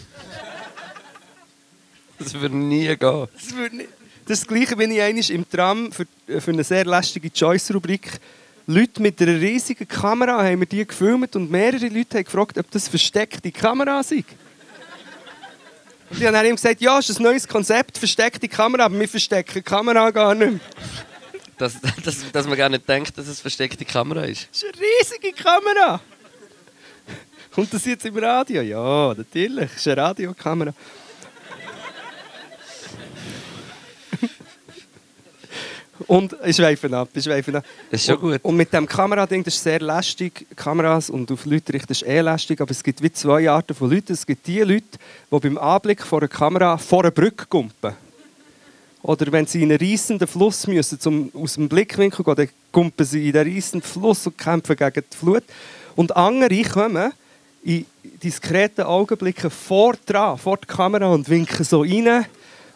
Das würde nie gehen.
Das, würde nicht. das ist das Gleiche, wenn ich einmal im Tram für, äh, für eine sehr lästige Choice-Rubrik Leute mit einer riesigen Kamera haben wir die gefilmt und mehrere Leute haben gefragt, ob das versteckte Kamera sei. Und die haben dann ihm gesagt, ja, es ist ein neues Konzept, versteckte Kamera, aber wir verstecken die Kamera gar nicht mehr.
Dass, dass, dass man gar nicht denkt, dass es versteckte Kamera ist.
Das ist eine riesige Kamera. Kommt das jetzt im Radio? Ja, natürlich, das ist eine Radiokamera. Und ich schweife ab, ich schweife ab.
Das ist schon
Und-
gut.
Und mit dem Kamerading, das ist sehr lästig. Kameras und auf Leute richten ist eh lästig, aber es gibt wie zwei Arten von Leuten. Es gibt die Leute, die beim Anblick vor einer Kamera vor eine Brücke kumpen. Oder wenn sie in einen reissenden Fluss müssen, zum, aus dem Blickwinkel gehen, dann kumpen sie in den reissenden Fluss und kämpfen gegen die Flut. Und andere kommen in diskreten Augenblicken vor dran, vor die Kamera und winken so rein.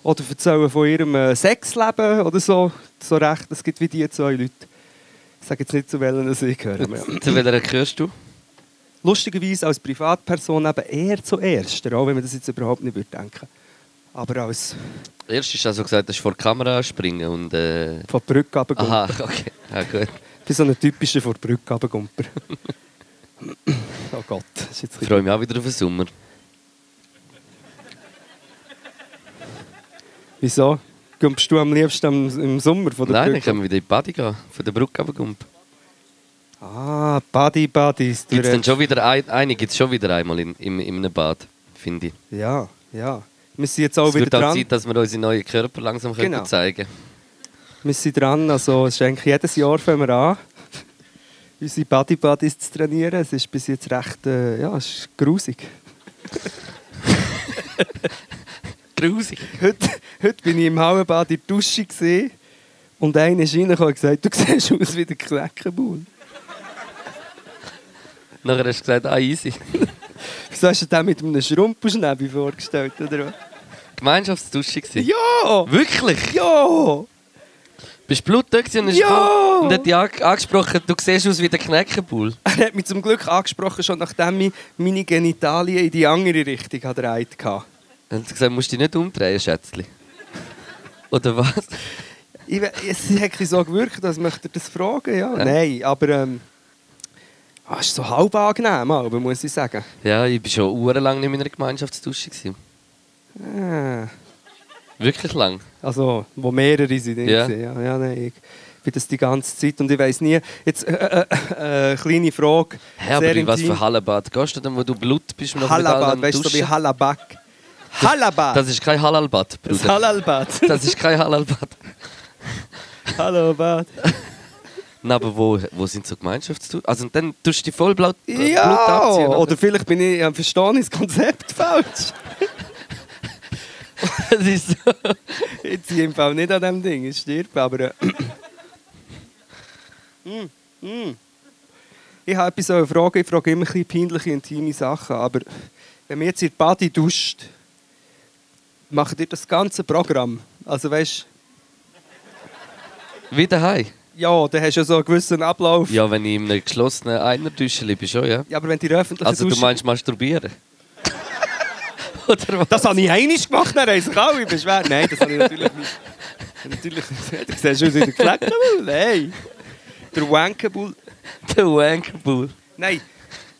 Oder erzählen von ihrem äh, Sexleben oder so. So recht, es gibt wie die zwei Leute. Ich sage jetzt nicht, zu welchen es ich gehöre. aber ja.
Zu welcher gehörst du?
Lustigerweise als Privatperson eben eher zuerst, auch wenn man das jetzt überhaupt nicht würde denken. Aber als
Erst hast du also gesagt, das ist vor die Kamera springen und. Äh,
von der Brücke runtergehen.
aha, okay. Ja, gut.
Ich bin so ein typischer vor der Brücke runtergumper. oh Gott, das ist jetzt ein
Ich
bisschen-
freue mich auch wieder auf den Sommer.
Wieso? Gumpst du am liebsten am, im Sommer von der
Nein, dann
Brücke?
können wir wieder in die Bade gehen, von der Brücke runtergumpen.
Ah, Buddy Buddies.
Gibt es dann schon wieder ein, eine gibt's schon wieder einmal in, in, in einem Bad, finde ich.
Ja, ja. Wir sind jetzt auch
Es
wieder
wird auch
dran.
Zeit, dass wir unsere neuen Körper langsam
Genau.
können zeigen
Wir sind dran, also es ist eigentlich jedes Jahr fangen wir an, unsere Buddy Buddies zu trainieren. Es ist bis jetzt recht, äh, ja, es ist grusig.
können. Grusig.
Heute, heute bin ich im Hallenbad in der Dusche gesehen und einer ist reingekommen und gesagt, du siehst aus wie der Kleckenbull.
Nachher hast du gesagt, ah, easy.
Wieso hast du den mit einem Schrumpelschnäbi vorgestellt, oder was?
Gemeinschaftsdusche gewesen.
Ja!
Wirklich?
Ja!
Bist du blutig gewesen und hast
Ja!
gekommen und hat dich an- angesprochen, du siehst aus wie der Kneckenbull.
Er hat mich zum Glück angesprochen, schon nachdem ich meine Genitalien in die andere Richtung gedreht hatte.
Dann hat sie gesagt, musst du dich nicht umdrehen, Schätzli. Oder was?
Ich, we- es hat ein bisschen so gewirkt, als möchte er das fragen, ja.
Ja.
Nein, aber... Ähm, ah, es ist so halb angenehm, aber muss ich sagen.
Ja, ich war schon uhrenlang nicht in einer Gemeinschaftsdusche. Gewesen.
Ah.
Wirklich lang.
Also, wo mehrere sind. Ja.
Ja.
Ja, ja, nein, ich bin das die ganze Zeit und ich weiß nie. Jetzt, äh, äh, äh, kleine Frage.
Hä, aber in was
intim.
für Hallenbad gehst du denn, wo du Blut bist? und noch mit allen
Halabad,
am
weißt du, so wie
Duschen?
Halabak. Halabad!
Das ist kein Halalbad,
das
Bruder.
Halalbad.
Das ist kein Halalbad.
Halabad.
Na, aber wo, wo sind so Gemeinschaftstouren? Also und dann tust du dich voll blau, äh, Blut
Ja!
abziehen. oder?
Oder vielleicht bin ich, äh, verstehe ich das Konzept falsch.
das ist so.
Ich ziehe im Fall nicht an dem Ding, ich stirb, aber. Äh. mm, mm. Ich habe etwas eine Frage, ich frage immer ein bisschen peinliche, intime Sachen, aber wenn man jetzt in die Body duscht, macht ihr das ganze Programm. Also weißt
Wie daheim?
ja, dann hast du ja so einen gewissen Ablauf.
Ja, wenn ich in einem geschlossenen Einerdüschel bin, schon, ja.
Ja, aber wenn die öffentliche
Also du
Dusche-
meinst masturbieren? Oder was?
Das habe ich einmal gemacht, dann haben sich alle beschwert. Nein, das habe ich natürlich nicht. Natürlich nicht. Du siehst aus wie der Kleckenbull. Hey! Der Wankenbull.
Der Wankerbull.
Nein.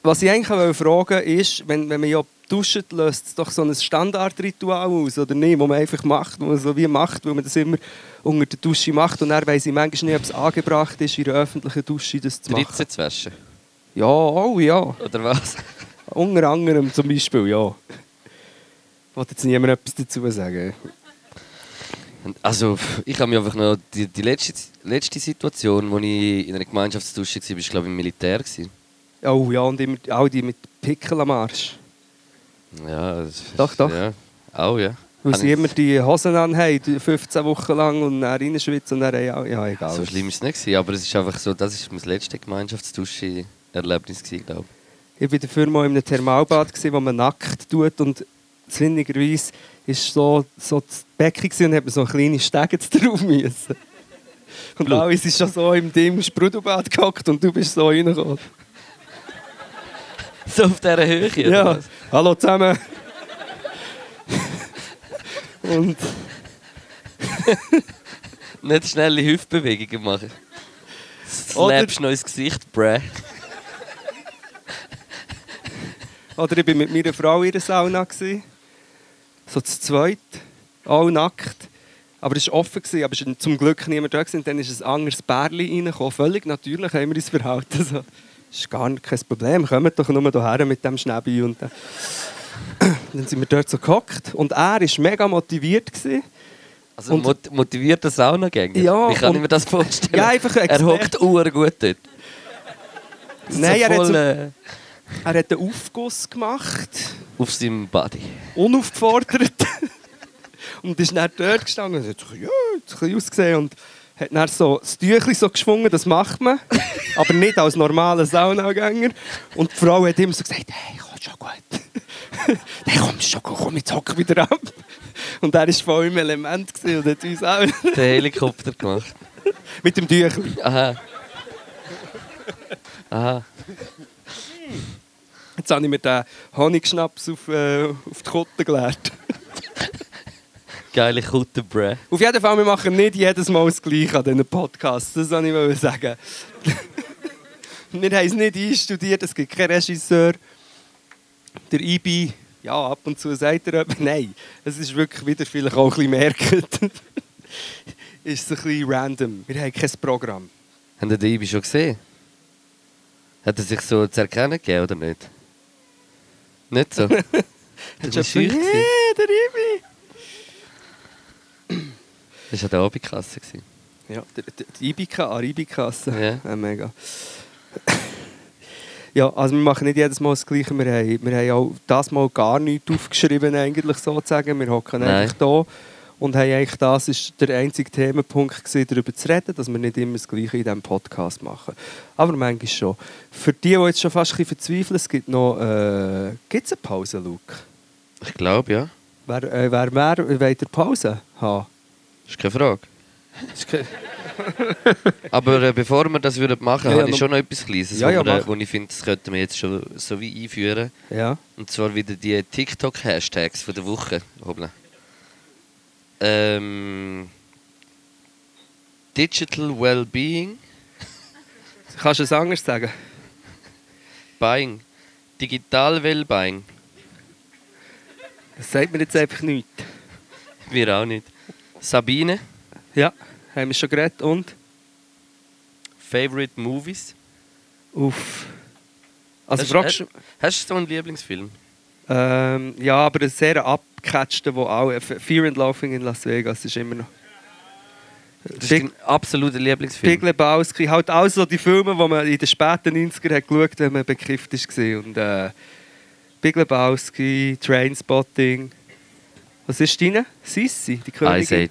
Was ich eigentlich wollte fragen ist, wenn, wenn man ja duscht, löst es doch so ein Standardritual aus, oder nicht? Wo man einfach macht, wo man so wie macht, weil man das immer unter der Dusche macht. Und dann weiss ich manchmal nicht, ob es angebracht ist, in einer öffentlichen Dusche das zu machen.
13 zu waschen.
Ja, oh ja.
Oder was?
Unter anderem zum Beispiel, ja. Wollte jetzt niemand etwas dazu sagen.
Also, ich habe mich einfach noch. Die, die letzte, letzte Situation, wo ich in einer Gemeinschaftsdusche war, war, glaube ich, im Militär. Gewesen.
Oh ja, und immer, auch die mit Pickel am Arsch.
Ja, das ist-
Doch, doch.
Ja. Auch, ja.
Weil
Habe
sie
ich-
immer die Hosen anhaben, die 15 Wochen lang und dann reinschwitzen und dann auch... Ja, egal.
So schlimm war es nicht, gewesen, aber es ist einfach so, das ist mein letztes Gemeinschaftsdusche-Erlebnis, gewesen, glaube ich.
Ich war dafür mal in einem Thermalbad, gewesen, wo man nackt tut und zwinnigerweise war so, so das Becken gewesen und hat man so kleine Stege drauf müssen. Und
Blut.
alle sind schon so im Dim Sprudelbad gehockt und du bist so reingekommen.
So auf dieser Höhe? oder
Ja,
was?
hallo zusammen. und
Nicht schnelle Hüftbewegungen machen. Slapst noch ins Gesicht, bruh.
Oder ich war mit meiner Frau in der Sauna. gewesen. So zu zweit. All nackt. Aber es war offen, gewesen, aber es war zum Glück niemand da. gewesen. Und dann ist ein anderes Bärli reingekommen. Völlig natürlich haben wir uns verhalten. So. Das ist gar kein Problem. Kommt doch nur hierher mit dem Schnäbi. Und dann. dann sind wir dort so gehockt. Und er war mega motiviert. Gewesen.
Also
Und-
mot motivierter Saunagänger.
Ja,
Wie kann ich
und-
mir das vorstellen?
Ja, einfach ein
er
Experte.
hockt urgut dort.
Nein,
so
er hat,
voll,
so,
äh,
er hat einen Aufguss gemacht.
auf seinem Body.
unaufgefordert. und ist dann dort gestanden und hat so, ja, jetzt ein bisschen ausgesehen. Und hat dann so das Tüchli so geschwungen, das macht man. aber nicht als normaler Saunagänger. Und die Frau hat immer so gesagt, hey, komm schon gut. Nein, komm schon gut, komm, jetzt hock wieder ab. Und er war voll im Element gewesen und hat uns auch
Den Helikopter gemacht.
mit dem Tüchli.
Aha. Aha.
Jetzt habe ich mir den Honigschnaps auf, äh, auf die Kotte geleert.
Geile Kutte, bruh.
Auf jeden Fall, wir machen nicht jedes Mal das Gleiche an diesen Podcasts. Das wollte ich mal sagen. wir haben es nicht einstudiert, es gibt keinen Regisseur. Der IB, ja, ab und zu sagt er etwas. Nein, es ist wirklich wieder vielleicht auch ein bisschen merkend. ist so ein bisschen random. Wir haben kein Programm.
Haben ihr den Ibi schon gesehen? Hat er sich so zu erkennen gegeben oder nicht? Nicht so?
Hast
war
du
schüch
etwa-
gewesen.
Yeah, der IB!
Das war an der Abendkasse. gewesen.
Ja, der- der- die Ibika, Aribikasse.
Ja.
Ja. mega. ja, also wir machen nicht jedes Mal das Gleiche. Wir haben, wir haben auch das Mal gar nichts aufgeschrieben, eigentlich sozusagen. Wir hocken
Nein.
einfach da und haben eigentlich das ist der einzige Themenpunkt gewesen, darüber zu reden, dass wir nicht immer das Gleiche in diesem Podcast machen. Aber manchmal schon. Für die, die jetzt schon fast ein bisschen verzweifeln, es gibt noch... Äh, gibt es eine Pause, Luke?
Ich glaube, ja.
Wer, äh, wer mehr will eine Pause haben?
Ist keine Frage. Aber äh, bevor wir das würden
Ja,
machen,
ja,
habe ich
noch-
schon noch etwas Kleines,
Ja,
wo,
ja,
wir, äh,
mach.
wo ich finde, das könnten wir jetzt schon so wie einführen.
Ja.
Und zwar wieder die TikTok-Hashtags von der Woche. Hoppla. Ähm, Digital Wellbeing,
Kannst du es anders sagen?
Buying. Digital Wellbeing.
Das sagt mir jetzt einfach nichts.
Wir auch nicht. Sabine,
Ja, haben wir schon geredet und
Favorite Movies.
auf. Also
hast,
fragst du.
hast, hast du so einen Lieblingsfilm?
Ähm, ja, aber ein sehr abgecatchter, wo auch. F- Fear and Loafing in Las Vegas ist immer noch.
Das ist
Big-
dein absoluter Lieblingsfilm.
Big Lebowski, halt auch so die Filme, die man in den späten 90ern hat geschaut hat, wenn man bekifft war. Und äh, Big Lebowski, Trainspotting. Was ist deine? Sissi, die
Ice
Königin?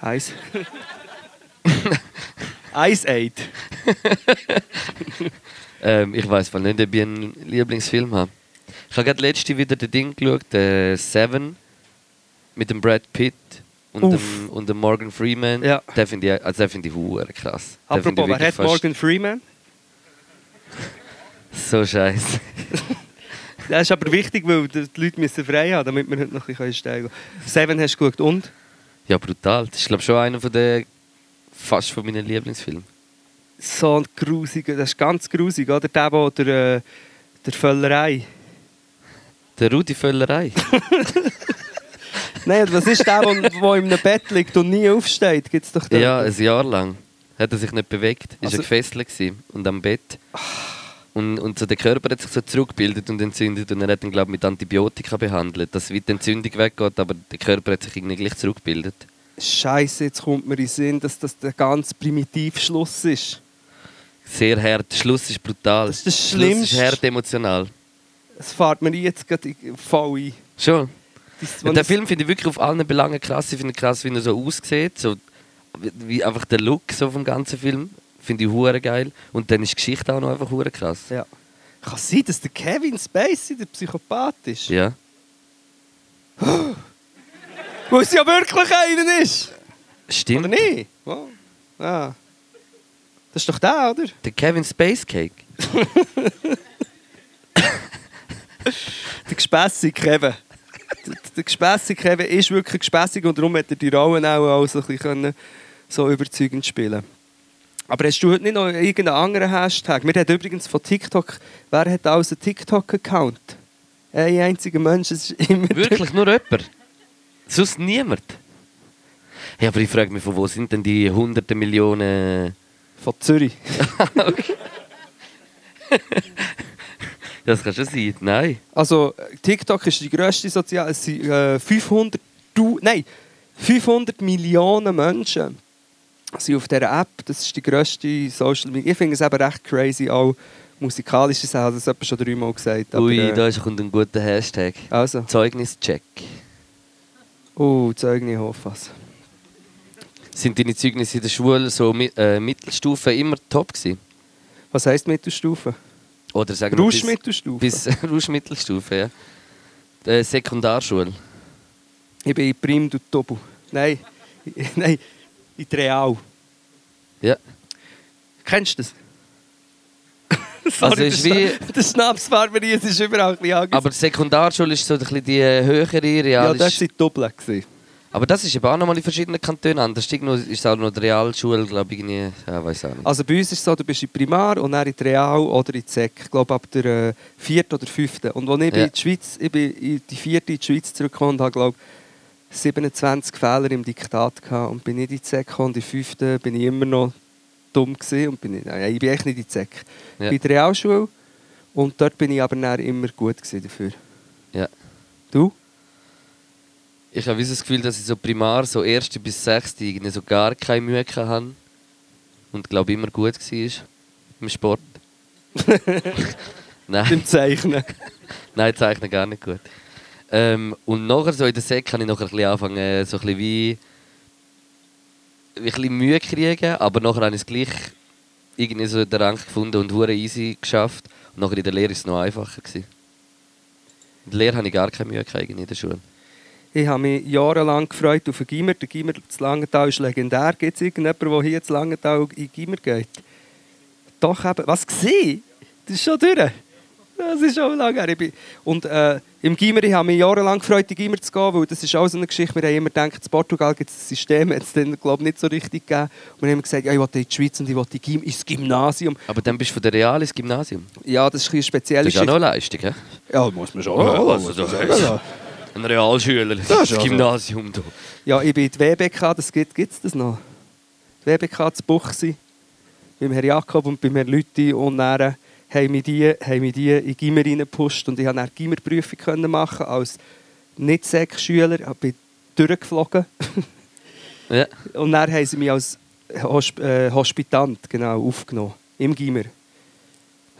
Age.
Ice Age. Ice Age.
Ähm, ich weiß voll nicht, ob ich einen Lieblingsfilm habe. Ich habe gerade letzte wieder den Ding geschaut, äh, Seven, mit dem Brad Pitt und,
Uff.
dem, und dem Morgan Freeman.
Ja.
Den finde ich, also den finde ich verdammt krass. Den finde
Apropos, wer
ich wirklich
hat
fast
Morgan Freeman?
So scheiße.
Das ist aber wichtig, weil die die Leute müssen frei haben, damit wir heute noch ein bisschen steigen können. Seven hast du geschaut und?
ja, brutal. Das ist, glaube ich, schon einer von der fast von meinen Lieblingsfilmen.
So ein grusiger, das ist ganz grusig, oder? Der, wo der, äh, der Völlerei.
Der Rudi Völlerei.
Nein, was ist der, der, der in einem Bett liegt und nie aufsteht? Gibt's doch den.
ja, ein Jahr lang hat er sich nicht bewegt. Ist
Also-
er gefesselt gewesen und am Bett. Und, und so der Körper hat sich so zurückgebildet und entzündet und er hat ihn, glaube ich, mit Antibiotika behandelt, dass wie die Entzündung weggeht, aber der Körper hat sich irgendwie gleich zurückgebildet.
Scheiße, jetzt kommt mir in den Sinn, dass das der ganz primitive Schluss ist.
Sehr hart. Der Schluss ist brutal.
Das ist das
Der Schluss
Schlimmste.
ist hart emotional.
Es fährt mir jetzt gerade in den Fall ein.
Schon.
Das-
Ja, den Film finde ich wirklich auf allen Belangen krass. Ich finde krass, wie er so aussieht. So, wie- wie einfach der Look so vom ganzen Film. Finde ich hure geil. Und dann ist die Geschichte auch noch einfach hure krass.
Ja. Kann sein, dass der Kevin Spacey der Psychopath ist.
Ja.
Weil es ja wirklich einer ist. Oder
Stimmt.
nicht? Wow. Ah. Das ist doch der, oder?
Der Kevin Space Cake.
Der gespässige Kevin. Der- Der gespässige Kevin ist wirklich gespässig und darum hat er die Rollen auch, auch so, ein bisschen können, so überzeugend spielen Aber hast du heute nicht noch irgendeinen anderen Hashtag? Wir haben übrigens von TikTok... Wer hat alles einen TikTok-Account? Ein einziger Mensch, es ist immer... der-
Wirklich nur jemand. Sonst niemand. Ja, aber ich frage mich, von wo sind denn die hunderten Millionen.
Von Zürich.
Das kann schon sein. Nein.
Also TikTok ist die grösste soziale... Es sind äh, 500... Du, nein, 500 Millionen Menschen sind auf dieser App. Das ist die grösste Social Media. Ich finde es eben recht crazy, auch musikalisch. Ich habe das etwa schon dreimal gesagt. aber,
Ui,
äh,
da ist- kommt ein guter Hashtag.
Also,
Zeugnischeck.
oh, Zeugnis Hoffas.
Sind deine Zeugnisse in der Schule so mi äh, Mittelstufe immer top gewesen?
Was heisst Mittelstufe?
Oder sagen wir bis-
Rauschmittelstufe.
Bis Rauschmittelstufe, ja. Äh, Sekundarschule.
Ich bin in Prim du Tobu. Nein, nein, in die Real.
Ja.
Kennst du das?
Also ist wie-
der Schna- der Schnaps war mir jetzt ist überall ein bisschen angesagt.
Aber Sekundarschule ist so ein bisschen die äh, höhere
Ja,
Real.
das war Doppel.
aber das ist eben auch nochmal in verschiedenen Kantonen anders. Irgendwo ist auch noch die Realschule, glaube ich, irgendwie. Ja, weiß auch nicht.
Also bei uns ist es so, du bist in Primar und dann in die Real oder in die Sek. Ich glaube ab der äh, vierten oder fünften. Und als ich
Ja.
in die Schweiz, ich bin in die vierte in die Schweiz zurückgekommen und habe, glaube 27 Fehler im Diktat gehabt und bin nicht in die Sek gekommen. und in der fünften bin ich immer noch dumm gewesen und bin nicht, nein, ich bin echt nicht in die Sek. Ich
Ja.
bin in der Realschule und dort bin ich aber dann immer gut gewesen dafür.
Ja.
Du?
Ich habe das Gefühl, dass ich so primar, so erste bis sechste, irgendwie so gar keine Mühe hatte. Und glaube immer gut war im Sport. Nein.
Beim Zeichnen.
Nein, zeichne gar nicht gut. Ähm, und nachher so in der Säck kann ich nachher ein bisschen anfangen, äh, so ein bisschen wie. ein bisschen Mühe kriegen, aber nachher habe ich es gleich irgendwie so den Rang gefunden und hure easy geschafft. Und nachher in der Lehre war es noch einfacher. Gewesen. In der Lehre habe ich gar keine Mühe gehabt in der Schule.
Ich habe mich jahrelang gefreut auf den Gimmer. Der Gimmer zu Langenthal ist legendär. Gibt es irgendjemanden, der hier zu Langenthal in den Gimmer geht? Doch eben. Was gesehen? Das ist schon durch. Das ist schon lange her. Ich bin- Und äh, im Gimmer, ich habe mich jahrelang gefreut, in den Gimmer zu gehen, weil das ist auch so eine Geschichte. Wir haben immer gedacht, in Portugal gibt es ein System, hat es dann, glaube ich, nicht so richtig gegeben. Und wir haben gesagt, ja, ich will in die Schweiz und ich will in die Gim- ins Gymnasium.
Aber dann bist du von der Real ins Gymnasium.
Ja, das ist ein bisschen speziell.
Das ist auch noch eine Leistung, hä?
Also
also
Ja, muss man schon.
Ein Realschüler ins
also-
Gymnasium. Du.
Ja, ich bin in die WBK, das gibt gibt's das noch. Die WBK zu Buchsi, beim Herrn Jakob und beim Herrn Lütti und dann haben mich die, haben mich die in die Gimmer reingepusht und ich konnte dann die Gimmerprüfung können machen als Nicht-Sek-Schüler, ich bin durchgeflogen
Ja.
und dann haben sie mich als Hosp äh, Hospitant genau, aufgenommen, im Gimmer.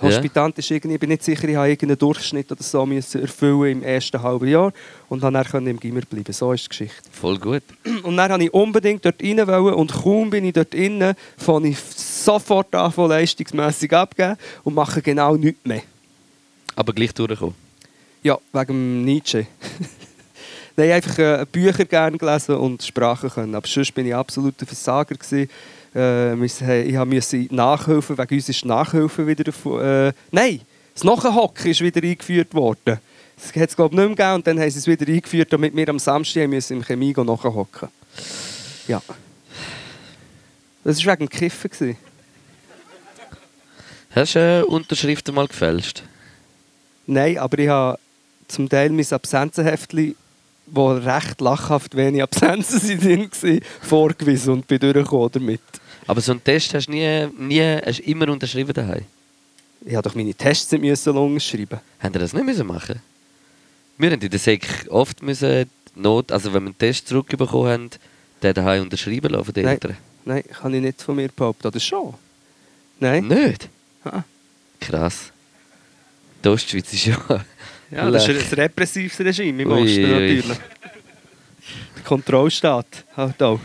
Ja.
Hospitant ist irgendwie, ich bin nicht sicher, ich habe irgendeinen Durchschnitt oder so müssen erfüllen im ersten halben Jahr und dann konnte ich im Gimmer bleiben, so ist die Geschichte.
Voll gut.
Und dann wollte ich unbedingt dort rein wollen. und kaum bin ich dort rein, fange ich sofort an, von leistungsmässig abgeben und mache genau nichts mehr.
Aber gleich durchkommen.
Ja, wegen dem Nietzsche. Nein, einfach äh, Bücher gerne gelesen und Sprachen können. Aber sonst bin ich absolut ein Versager. Gewesen. Äh, müssen- hey, ich musste nachhelfen, wegen uns ist die Nachhilfe wieder... davon- Äh, nein, das Nachhocken ist wieder eingeführt worden. Das hat es, glaube ich, nicht mehr gegeben und dann haben sie es wieder eingeführt, damit wir am Samstag haben müssen im Chemie gehen nachhocken Ja. Das war wegen dem Kiffen. gewesen.
Hast du äh, Unterschriften mal gefälscht?
Nein, aber ich habe zum Teil mein Absenzenheftchen, wo recht lachhaft wenig Absenzen sind drin waren, vorgewiesen und bin durchgekommen damit.
Aber so einen Test hast du nie, nie hast du immer unterschrieben daheim.
Ich habe doch meine Tests nicht müssen lang schreiben.
Haben wir das nicht müssen machen? Wir haben in der Sek oft müssen Not, also wenn wir einen Test zurückbekommen haben, den daheim unterschreiben lassen von den
Nein.
Eltern.
Nein, kann ich nicht von mir behaupten. Oder schon? Nein?
Nicht?
Ah.
Krass. Die Ostschweiz ist ja.
Ja, das
Lech.
ist ein repressives Regime im
Ui,
Osten
ui.
natürlich. Der Kontrollstaat. Halt auch.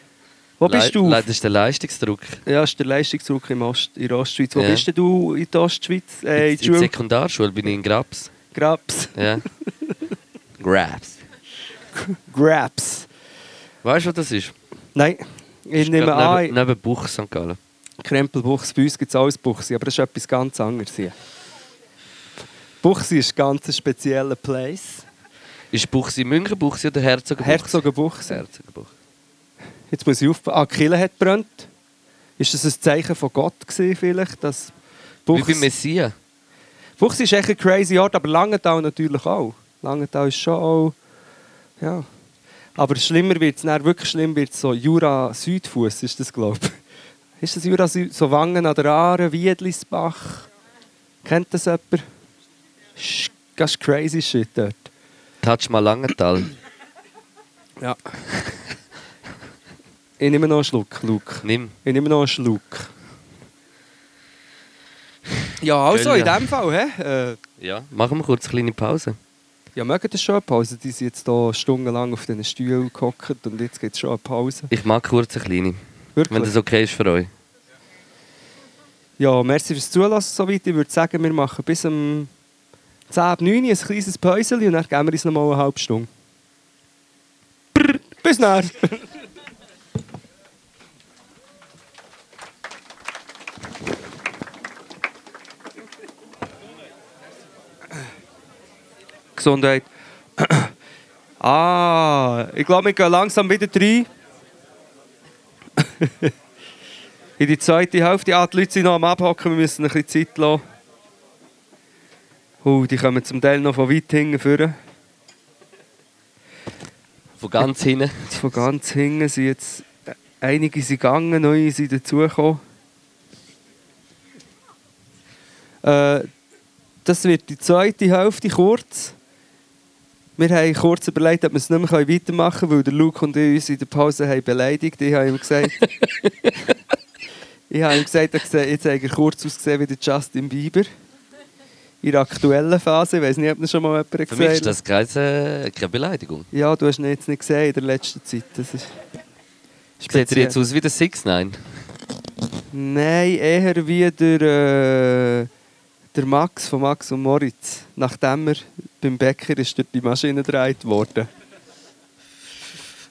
Wo bist du?
Leider ist der Leistungsdruck.
Ja, ist der Leistungsdruck im Ost, in der Ostschweiz. Wo
Ja.
bist denn du in der Ostschweiz? Äh, in
in, in der
Schule?
Sekundarschule bin ich in Grabs.
Grabs.
Ja. Grabs.
Grabs.
Weißt du, was das ist?
Nein, ich
Ist
nehme
gerade
an,
Neben, neben Buch St. Gallen.
Krempelbuchs, bei uns gibt es alles Buchsi, aber das ist etwas ganz anderes hier. Buchsi ist ganz ein spezieller Place.
Ist Buchsi München Buchsi oder Herzogenbuchsi?
Herzogenbuchs.
Herzogenbuch.
Jetzt muss ich aufpassen. Ah, die Kirche hat brennt. Ist das ein Zeichen von Gott gewesen, vielleicht? Dass
Wie beim
Buchs,
Messia.
Buchs ist echt ein crazy Ort, aber Langenthal natürlich auch. Langenthal ist schon auch... Ja. Aber schlimmer wird es, wirklich schlimm wird so Jura-Südfuss, ist das, glaube ich. Ist das Jura-Süd, so Wangen an der Aare, Wiedlisbach? Kennt das jemand? Sch- Das ist crazy shit dort.
Touch mal Langenthal.
Ja. ich nehme noch einen Schluck, Luke.
Nimm.
Ich nehme noch einen Schluck. Ja, also
Gönne.
in dem Fall, hä? Äh,
Ja. Machen wir kurz eine kleine Pause.
ja, mögen das schon eine Pause? Die sind jetzt hier stundenlang auf diesen Stühlen gehockt und jetzt gibt es schon eine Pause.
Ich mag kurz eine kleine. Wenn
Wirklich?
das okay ist für euch.
Ja, merci fürs Zulassen soweit. Ich würde sagen, wir machen bis um 10, ab 9 Uhr ein kleines Päuschen und dann geben wir uns noch mal eine halbe Stunde. Brrr, bis dann! Gesundheit. Ah, ich glaube, wir gehen langsam wieder rein. In die zweite Hälfte. Ah, die Leute sind noch am Abhocken, wir müssen ein bisschen Zeit lassen. Uh, die kommen zum Teil noch von weit hinten führen.
Von ganz hinten.
Von ganz hinten sind jetzt äh, einige sind gegangen, neue sind dazugekommen. Äh, das wird die zweite Hälfte kurz. Wir haben kurz überlegt, ob wir es nicht mehr weitermachen können, weil der Luke und ich uns in der Pause haben beleidigt haben. Ich habe ihm gesagt, ich habe ihm gesagt er sehe- jetzt habe er kurz ausgesehen wie der Justin Bieber. In der aktuellen Phase. Ich weiß nicht, ob er schon mal jemand gesehen
Für mich ist das keine, äh, keine Beleidigung.
ja, du hast ihn jetzt nicht gesehen in der letzten Zeit. Das ist
Sieht er jetzt aus wie der Six Nein?
Nein, eher wie der, äh, der Max von Max und Moritz. Nachdem er beim Bäcker ist durch die Maschine gedreht worden.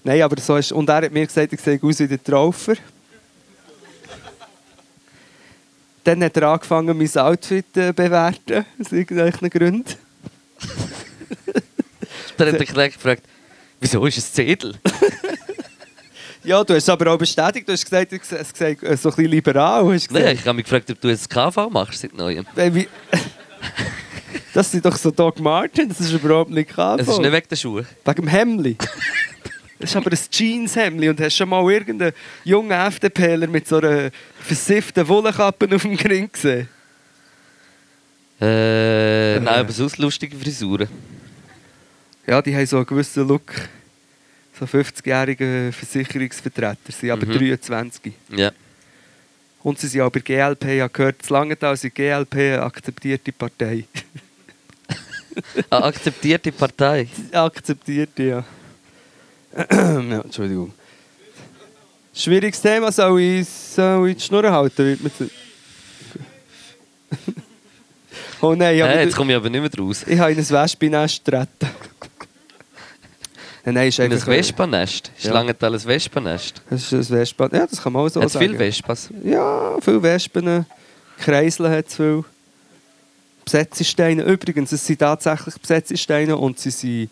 Nein, aber so ist... Und er hat mir gesagt, ich sehe aus wie der Traufer. Dann hat er angefangen, mein Outfit äh, zu bewerten, aus irgendwelchen Gründen.
Dann hat der Knecht gefragt, wieso ist es Zedel?
Ja, du hast aber auch bestätigt, du hast gesagt, ich sehe- es sei äh, so ein bisschen liberal. Hast du gesagt.
Nein, ich habe mich gefragt, ob du jetzt KV machst seit neuem.
Baby. Das sind doch so Doc Martens, das ist überhaupt nicht KV.
Es ist nicht wegen der Schuhe.
Wegen dem Hemli. Das ist aber ein Jeans-Hemli und hast schon mal irgendeinen jungen FDPler mit so einer versifften Wollkappe auf dem Grin gesehen?
Äh, nein, aber sonst lustige Frisuren.
Ja, die haben so einen gewissen Look. So 50-jährige Versicherungsvertreter, sind aber
Mhm.
23.
Ja.
Und sie sind auch bei GLP, ich habe gehört, in Langenthal sind GLP eine akzeptierte Partei.
Eine Ah, akzeptierte Partei.
akzeptiert, ja. ja Entschuldigung. Schwieriges Thema, soll ich, soll ich die Schnur halten? Wird mir zu- oh nein, ich
Äh,
habe
jetzt
wieder-
komme ich aber nicht mehr raus.
ich habe in ein Wespennest getreten. nein, nein, ist
In ein
einfach...
Wespennest. Ist
Ja.
Langenthal ein Wespennest?
Das ist ein Wespen... Ja, das kann man auch so
Hat es
sagen.
viele Vespas?
Ja, viele Wespen. Kreiseln hat es viel. Besetzesteine. Übrigens, es sind tatsächlich Besetzesteine und sie sind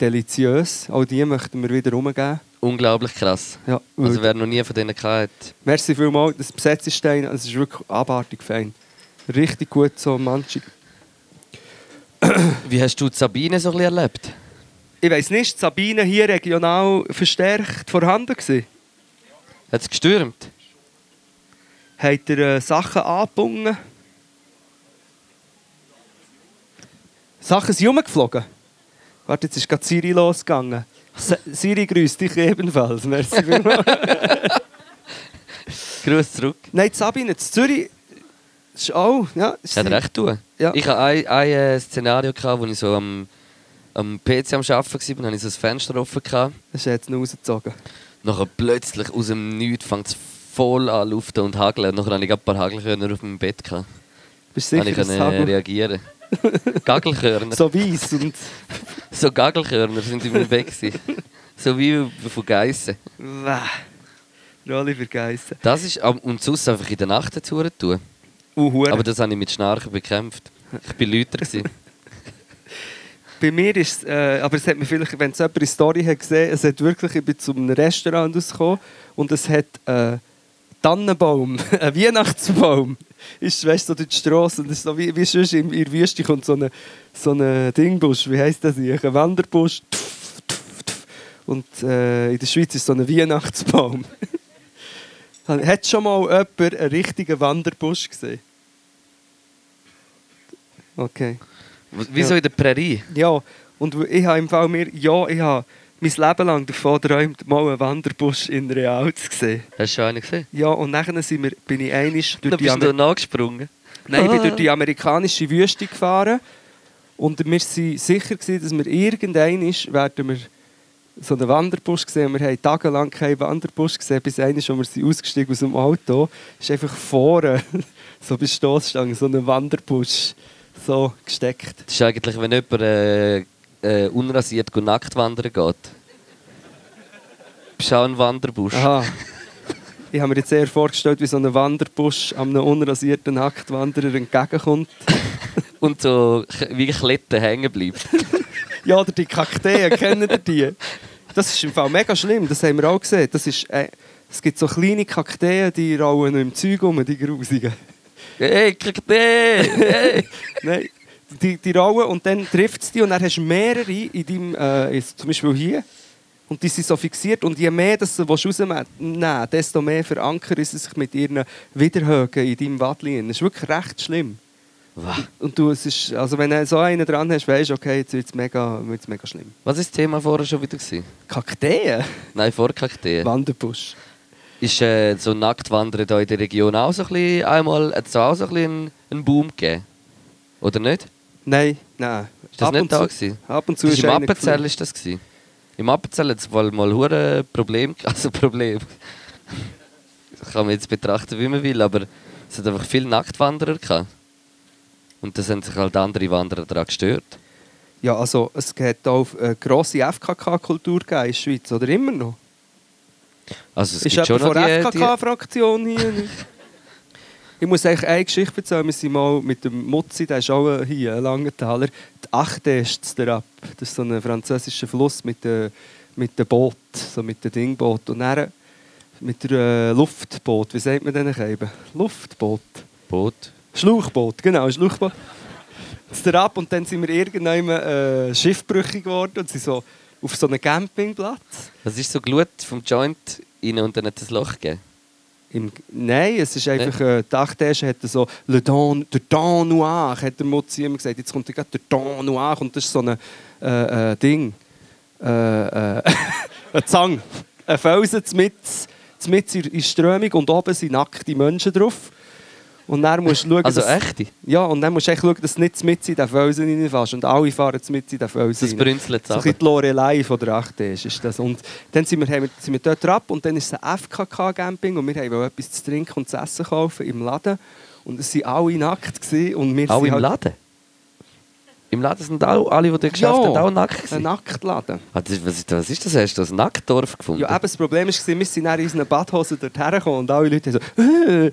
deliziös. Auch die möchten wir wieder rumgeben.
Unglaublich krass.
Ja,
Also
also,
wer noch nie von denen gehabt hat.
merci vielmals. Das Besetzestein, es ist wirklich abartig fein. Richtig gut so manchig.
Wie hast du die Sabine so ein bisschen erlebt?
Ich weiß nicht, ist Sabine hier regional verstärkt vorhanden gewesen?
Hat es gestürmt?
Hat er äh, Sachen angebunden? Sachen sind rumgeflogen. Warte, jetzt ist gerade Siri losgegangen. S Siri grüßt dich ebenfalls. Merci vielmals.
Grüß zurück.
Nein, die Sabine, in Zürich ist auch. Ja, ist
Sie hat
sie-
recht tun.
Ja.
Ich hatte ein, ein äh, Szenario, gehabt, wo ich so am, am PC am Arbeiten war und hatte ich so das Fenster offen. Gehabt.
Das ist jetzt noch rausgezogen.
Nachher plötzlich aus dem Nichts fängt es voll an Luften und Hageln. Und nachher hatte ich gerade ein paar Hagelkörner auf dem Bett. Gehabt.
Bist du
Sicher,
sicher,
ich
dass
konnte
es
äh,
Hamburg-
reagieren. Gagelkörner. So.
so weiss und.
Gagelkörner sind in meinem Bett. gewesen. so wie von Geissen.
Wäh. Der Oliver Geissen.
Das ist, am- und sonst einfach in der Nacht dazu tun.
Uh,
Aber das habe ich mit Schnarchen bekämpft. Ich war Lüter. gewesen.
Bei mir ist es, äh, aber es hat mir vielleicht, wenn es jemand in der Story hat gesehen, es hat wirklich, ich bin zu einem Restaurant rausgekommen und es hat äh, Tannenbaum, ein Weihnachtsbaum, ist, weißt du, so durch die Straße und es ist so, wie, wie sonst in, in der Wüste kommt so ein so eine Dingbusch, wie heisst das hier, ein Wanderbusch, tuff, tuff, tuff. und äh, in der Schweiz ist so ein Weihnachtsbaum. hat schon mal jemand einen richtigen Wanderbusch gesehen? Okay.
Wie so in der Prärie.
Ja, und ich habe im Fall mir, ja, ich habe mein Leben lang davon geträumt, mal einen Wanderbusch in Real zu sehen.
Hast du schon einen gesehen?
Ja, und nachher sind wir, bin ich einig durch
Dann
die,
bist du
Amer
nachgesprungen.
Nein, ich bin
Ah.
durch die amerikanische Wüste gefahren und wir waren sicher, gewesen, dass wir irgendein werden wir so einen Wanderbusch gesehen. Wir haben tagelang keinen Wanderbusch gesehen, bis eines, als wir sind ausgestiegen aus dem Auto, ist einfach vorne, so bei Stoßstangen, so ein Wanderbusch so gesteckt.
Das ist eigentlich, wenn jemand äh, äh, unrasiert gut nackt wandern geht. Bist du auch ein Wanderbusch?
Aha. Ich habe mir jetzt eher vorgestellt, wie so ein Wanderbusch einem unrasierten Nacktwanderer entgegenkommt.
Und so k- wie Kletten hängen bleibt.
Ja, oder die Kakteen, kennen ihr die? Das ist im Fall mega schlimm, das haben wir auch gesehen. Das ist, äh, es gibt so kleine Kakteen, die rauen im Zeug um, die grusigen.
hey, krieg den! Hey.
Nein, Ne, die, die rauen und dann trifft es die und dann hast du mehrere in deinem, äh, jetzt zum Beispiel hier. Und die sind so fixiert und je mehr dass du sie rausnehmen willst, desto mehr verankern sie sich mit ihren Widerhögen in deinem Wattli. Das ist wirklich recht schlimm.
Wah.
Und du, es ist, also wenn du so einen dran hast, weißt du, okay, jetzt wird es mega, wird's mega schlimm.
Was war das Thema vorher schon wieder? Gewesen?
Kakteen?
Nein, vor Kakteen.
Wanderbusch.
Ist äh, so Nacktwandern hier in der Region auch so ein bisschen, einmal hat's auch so ein bisschen einen- einen Boom gegeben? Oder nicht?
Nein, nein.
Ist das
Ab
nicht
und
da
zu-
gewesen?
Ab und zu
Das ist Im
einer
Appenzell
geflogen.
war das. Gewesen. Im Appenzell hat es wohl mal ein Problem ge- Also Problem. Das kann man jetzt betrachten, wie man will, aber es hat einfach viele Nacktwanderer gehabt. Und das haben sich halt andere Wanderer daran gestört.
Ja, also es hat auch eine grosse FKK-Kultur gegeben in der Schweiz, oder immer noch?
Also es
ist
gibt
jemand
schon noch
von
die,
der
die
FKK-Fraktion hier? ich muss eigentlich eine Geschichte erzählen. Wir sind mal mit dem Mutzi, der ist auch äh, hier, ein Langenthaler, die Achte der ab. Das ist so ein französischer Fluss mit dem mit dem Boot, so mit dem Dingboot. Und dann mit der äh, Luftboot, wie sagt man denn eben? Luftboot.
Boot.
Schlauchboot, genau, ein Schlauchboot. Jetzt der ab und dann sind wir irgendwann äh, schiffbrüchig geworden und sind so auf so einem Campingplatz.
Das ist so Glut vom Joint rein und dann hat es ein Loch gegeben.
Im, nein, es ist einfach, äh, die Achtäsche hat so Le Don, «Der Don Noir», hat der Mutzi immer gesagt. Jetzt kommt gerade «Der Don Noir» und das ist so ein äh, äh, Ding. Äh, äh, ein Zang. Ein Felsen mit mit in in Strömung und oben sind nackte Menschen drauf. Und dann musst du schauen,
Also
dass-
echte.
Ja, und dann musst du echt schauen, dass du nicht mit in den Felsen reinfährst. Und alle fahren mit in den Felsen
Das
rein.
brünzelt
So ein
zusammen.
bisschen die Lorelei von der Achte ist, ist das. Und dann sind wir, haben wir, sind wir dort ab und dann ist es ein FKK-Camping und wir haben wollten etwas zu trinken und zu essen kaufen im Laden. Und es waren alle nackt. Gewesen, und wir
Auch
sind
im
halt-
Laden? Im Laden sind auch alle, die dort geschafft haben, auch nackt
Ein
gewesen.
Nacktladen.
Ah, das, was, ist- was ist das? Hast du das Nacktdorf gefunden?
Ja, eben, das Problem war, wir sind dann in unseren Badhosen dort hergekommen und alle Leute haben so... «Äh!»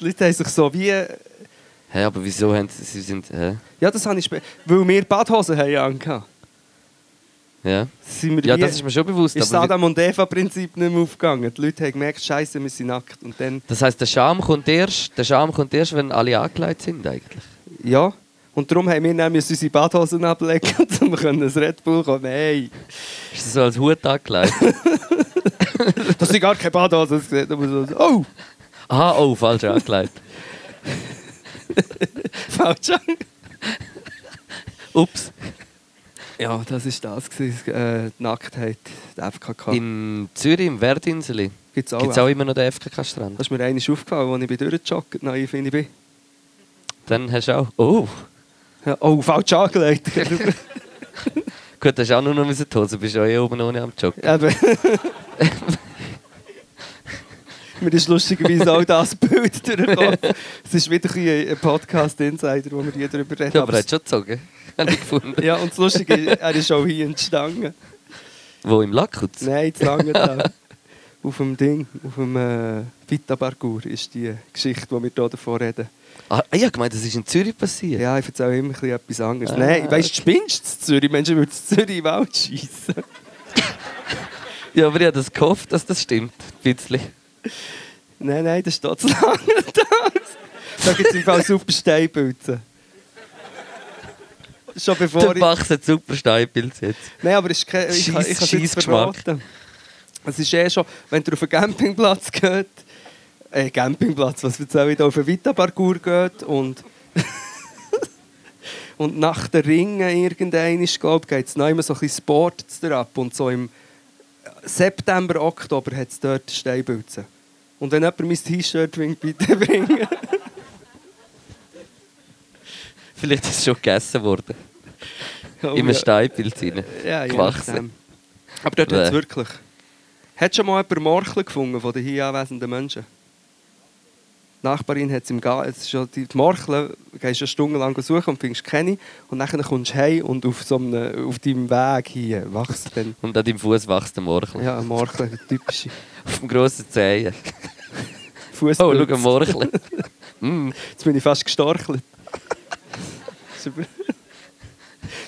Die Leute haben sich so wie...
Hä, aber wieso haben sie, sie sind, hä?
Ja, das habe ich... spe- Weil wir Badhosen haben angehabt.
Ja.
Sind wir
ja,
wie-
das ist mir schon bewusst.
ist das
aber wie-
Adam und Eva-Prinzip nicht mehr aufgegangen. Die Leute haben gemerkt, Scheiße, wir sind nackt. Und dann...
das heißt, der Scham kommt erst, der Scham kommt erst, wenn alle angelegt sind eigentlich.
Ja. Und darum haben wir nämlich unsere Badhosen ablegen, um ein Red Bull kommen. Nein,
Ist das so als Hut angelegt?
das sind gar keine Badhosen. das sieht man so aus. Oh,
Aha, oh, falsch angelegt.
falsch.
Ups.
Ja, das war das, gewesen, äh, die Nacktheit, der FKK.
In Zürich, im Werdinseli,
Gibt es auch,
gibt es auch immer noch den FKK-Strand.
Das ist mir einmal aufgefallen, als ich bei durchgejoggt neu finde ich bin.
Dann hast du auch. Oh!
Ja, oh, falsch angelegt.
Gut, hast du auch nur noch die Hose, bist ja eh oben ohne am Joggen.
Eben. Mir ist lustigerweise auch das Bild durchgekommen. Es ist wieder ein bisschen ein Podcast-Insider, wo wir hier darüber reden.
Ja, aber er
es-
hat schon gezogen. Habe ich gefunden.
ja, und das Lustige ist, er ist auch hier in Stangen.
Wo im Lackhutz?
Nein, zu lange da. Auf dem Ding, auf dem äh, Vita Parkour ist die eh, Geschichte, die wir hier davon reden.
Ah, ich habe gemeint, das ist in Zürich passiert.
Ja, ich erzähle immer ein bisschen etwas anderes.
Ah,
Nein, weißt du, spinnst du in Zürich? Menschen würden in Zürich in den Wald schießen.
Ja, aber ich habe das gehofft, dass das stimmt. Ein bisschen.
Nein, nein, das steht zu lange da. Da gibt es im Fall super Steinpilze. Schon bevor
Der
ich...
Bach hat super Steinpilz jetzt.
Nein, aber es ist kein, ich, ich,
Scheiss-
ich kann es jetzt
Scheissgeschmack.
verraten. Es ist eh schon, wenn ihr auf einen Campingplatz geht, äh, Campingplatz, was erzähle ich da, auf einen Vita-Parcours geht und und nach den Ringen irgendein ist, glaube ich, geht es noch immer so ein bisschen Sport ab und so im September, Oktober hat es dort Steinbützen. Und wenn jemand mein T-Shirt bringt, bitte bringen.
Vielleicht ist es schon gegessen worden.
Oh,
in einem
ja.
Steinpilz rein.
Ja, genau. je
gewachsen.
nachdem. Aber dort hat es
Bäh.
wirklich. Hat schon mal jemand Morcheln gefunden von den hier anwesenden Menschen? Die Nachbarin hat es im Garten. Ja die die Morcheln gehst du ja stundenlang suchen und findest keine. Und dann kommst du heim und auf, so einem, auf deinem Weg hier wachst dann.
Und an deinem Fuß wächst ein Morchel.
Ja, ein Morcheln, der typische
Auf dem grossen Zehen.
Fußball.
Oh, schau, ein Morchel. mm.
Jetzt bin ich fast gestorchelt. Super.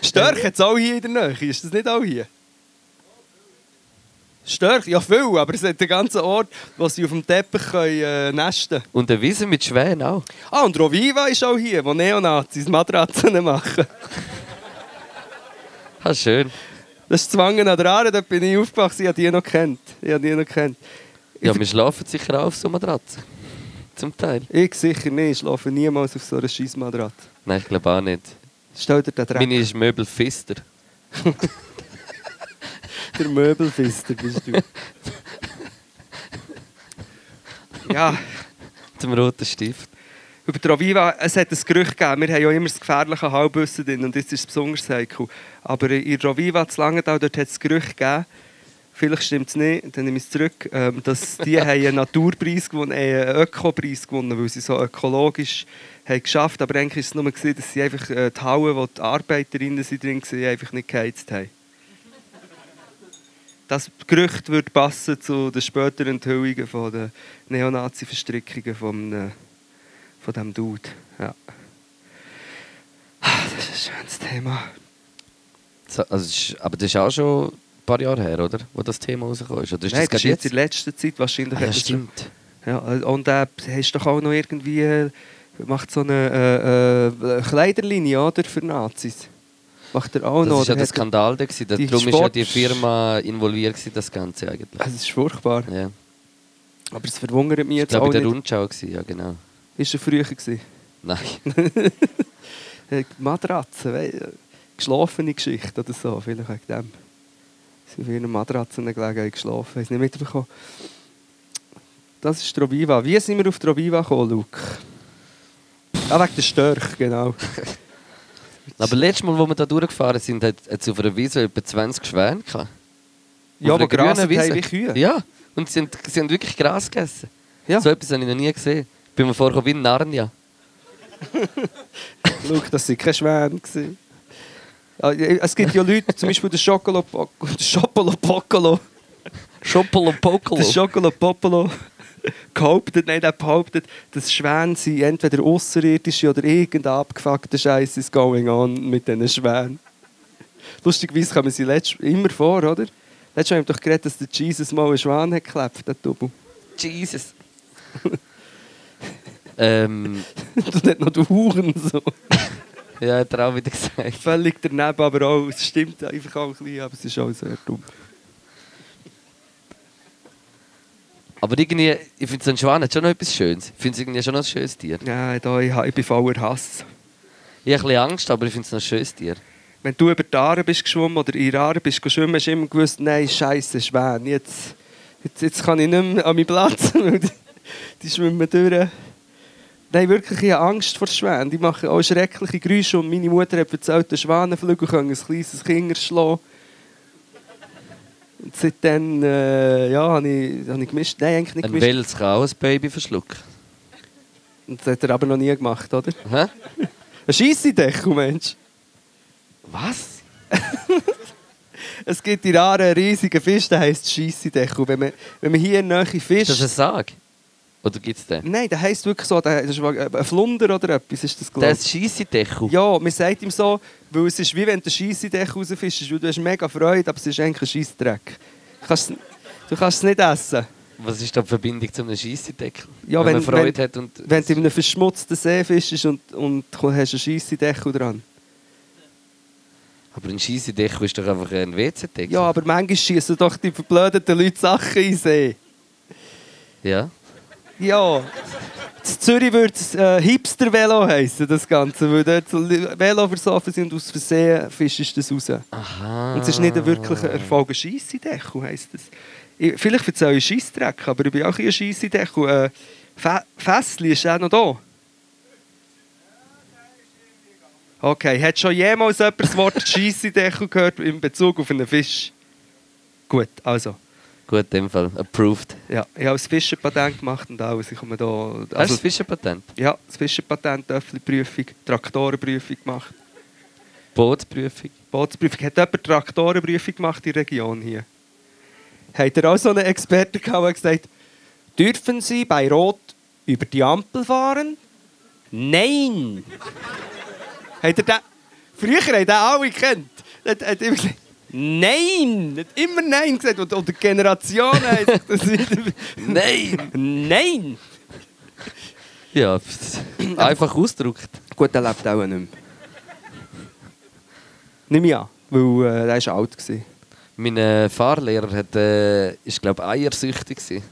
Störch hat es auch hier in der Nähe, ist das nicht auch hier? Störch, ja viel, aber es hat einen ganzen Ort, wo sie auf dem Teppich können, äh, nesten können.
Und eine Wiese mit Schwänen auch.
Ah, und Roviva ist auch hier, wo Neonazis Matratzen machen.
Ah, schön.
Das ist Zwangen an der Aare, dort bin ich aufgewachsen, ich habe die noch kennt. Ich habe die noch kennt.
Ja, wir schlafen sicher auch auf so einer Matratze. Zum Teil.
Ich sicher nicht, ich schlafe niemals auf so einer scheiß Matratze.
Nein, ich glaube auch nicht.
Stell dir den Dreck,
Meine ist Möbelfister.
der Möbelfister bist du. ja.
Zum roten Stift.
Über die Roviva, es hat ein Gerücht gegeben, wir haben ja immer das gefährliche Halbwissen drin und jetzt ist es besonders heikel. Aber in Roviva zu Langenthal, dort hat es Gerücht gegeben, vielleicht stimmt es nicht, dann nehme ich es zurück, ähm, dass die haben einen Naturpreis gewonnen, äh, einen Ökopreis gewonnen, weil sie so ökologisch haben geschafft haben. Aber eigentlich ist es nur gesehen, dass sie einfach äh, die Hauen, wo die Arbeiterinnen sind drin waren, einfach nicht geheizt haben. Das Gerücht würde passen zu den späteren Enthüllungen von der Neonazi-Verstrickungen von einem von dem Dude. Ja. Ah, Das ist ein schönes Thema.
So, Also, es ist- aber das ist auch schon ein paar Jahre her, oder? Wo das Thema rausgekommen ist. Oder ist
Nein,
das, gerade jetzt?
in letzter Zeit wahrscheinlich.
Ah, ja,
hat das-
stimmt.
Ja, und er äh, ist doch auch noch irgendwie äh, macht so eine äh, äh, Kleiderlinie oder für Nazis. Macht er auch
Das
noch?
war ja
oder
der
hat er-
Skandal. Da, gewesen.
die
darum war ja die
Sport-
Firma involviert, gewesen, das Ganze eigentlich.
Es Ah, ist furchtbar.
Ja.
Aber es verwundert mich
Ich
Also, jetzt auch
glaube, in der
nicht.
Rundschau. Gewesen. Ja, genau.
Ist er früher gewesen?
Nein.
Äh, Matratzen, wei- äh, geschlafene Geschichte oder so, vielleicht wegen dem. Sie auf ihren Matratzen gelegen haben geschlafen, haben es nicht mitbekommen. Das ist Trobiva. Wie sind wir auf Trobiva gekommen, Luke? Ah, wegen der Störch, genau.
Aber letztes Mal, als wir da durchgefahren sind, hat hat es auf einer Wiese etwa 20 Schwäne gehabt.
ja,
Auf
aber
einer grünen
Gras haben
Wiese.
wie Kühe.
Ja, und sie haben, sie haben wirklich Gras gegessen.
Ja.
So etwas habe ich noch nie gesehen. Ich bin mir vorgekommen wie in Narnia.
Luke, das waren keine Schwäne. gewesen. Ah, ja, Es gibt ja Leute, zum Beispiel der Schokolopocolo, der Schokolopocolo,
Schoppel und Pokal.
der Schokolopopolo behauptet, nein, der behauptet, dass Schwäne sind entweder Außerirdische oder irgendein abgefuckter Scheiß is going on mit diesen Schwänen. Lustigerweise kommen sie letzt, immer vor, oder? Letztes Mal haben wir doch geredet, dass der Jesus mal einen Schwan hat geklebt, der Double.
Jesus. ähm,
Und nicht noch die Huren so.
ja, hat er auch wieder gesagt.
Völlig daneben, aber auch, es stimmt einfach auch ein bisschen, aber es ist auch sehr dumm.
Aber irgendwie, ich finde, so ein Schwan hat schon noch etwas Schönes. Ich finde es irgendwie schon noch ein schönes Tier.
Ja, da, ich, ich bin voller Hass.
Ich habe ein bisschen Angst, aber ich finde es noch ein schönes Tier.
Wenn du über die Aare bist geschwommen oder in der Aare bist geschwommen, hast du immer gewusst, nein, scheiße, Schwäne, jetzt, jetzt, jetzt kann ich nicht mehr an meinen Platz, weil die, die schwimmen durch. Nein, wirklich, ich habe Angst vor Schwänen. Die machen auch schreckliche Geräusche und meine Mutter hat erzählt, der Schwanenflügel kann ein kleines Kind erschlagen. Und seitdem äh, ja, habe ich, habe ich gemischt. Nein, eigentlich nicht
Ein
gemischt.
Wels kann auch ein Baby verschlucken.
Und Das hat er aber noch nie gemacht, oder?
Hä?
Ein Scheissdeckel, Mensch.
Was?
Es gibt in Aare einen riesigen Fisch, der heisst Scheissdeckel. Wenn man, wenn man hier in der Nähe
Ist das
Fisch...
ein Sarg? Oder gibt es den?
Nein, der heisst wirklich so, der, das ist äh, ein Flunder oder etwas, ist das, glaube
Der
ich.
ist Scheissdeckel.
Ja, man sagt ihm so, weil es ist wie wenn du Scheissdeckel rausfischst, weil du hast mega Freude, aber es ist eigentlich ein Scheissdreck. Du kannst, du kannst es nicht essen.
Was ist da die Verbindung zu einem Scheissdeckel?
Ja,
wenn,
wenn-
man Freude
wenn-
hat und...
Wenn du in einem verschmutzten See fischst und, und hast einen Scheissdeckel dran.
aber ein Scheissdeckel ist doch einfach ein WC-Deckel.
Ja, aber manchmal schießen doch die verblödeten Leute Sachen in den See.
ja.
Ja. In Zürich würde es äh, Hipster-Velo heissen, das Ganze, weil dort so Li- Velo versoffen sind und aus Versehen fischst du das raus.
Aha.
Und es ist nicht ein wirklicher Erfolg. Ein Scheissdeckel heisst das. Ich, vielleicht erzähle ich Scheissdreck, aber ich bin auch ein Scheissdeckel. Äh, Fe Fässli ist auch noch da. Okay, hat schon jemals jemand das Wort Scheissdeckel gehört in Bezug auf einen Fisch? Gut, also.
Gut, in dem Fall. Approved.
Ja, ich habe das Fischerpatent gemacht und alles. Ich komme da,
Hast du
also,
das Fischerpatent?
ja, das Fischerpatent, Öffentlichprüfung, Traktorenprüfung gemacht.
Bootsprüfung?
Bootsprüfung. Hat jemand Traktorenprüfung gemacht in der Region hier? Hat er auch so einen Experten gehabt, der gesagt dürfen Sie bei Rot über die Ampel fahren? Nein! hat er den... Früher haben den alle gekannt. Hat, hat immer gesagt, Nein! Hat immer Nein gesagt. Und, und die Generationen haben sich das wieder...
Nein!
Nein!
Ja, pff, einfach ausgedrückt.
Gut, der lebt auch nicht mehr. Nimm ich an, weil äh, der war alt. Gewesen.
Mein äh, Fahrlehrer hat, äh, ist, glaube ich, eiersüchtig. Gewesen.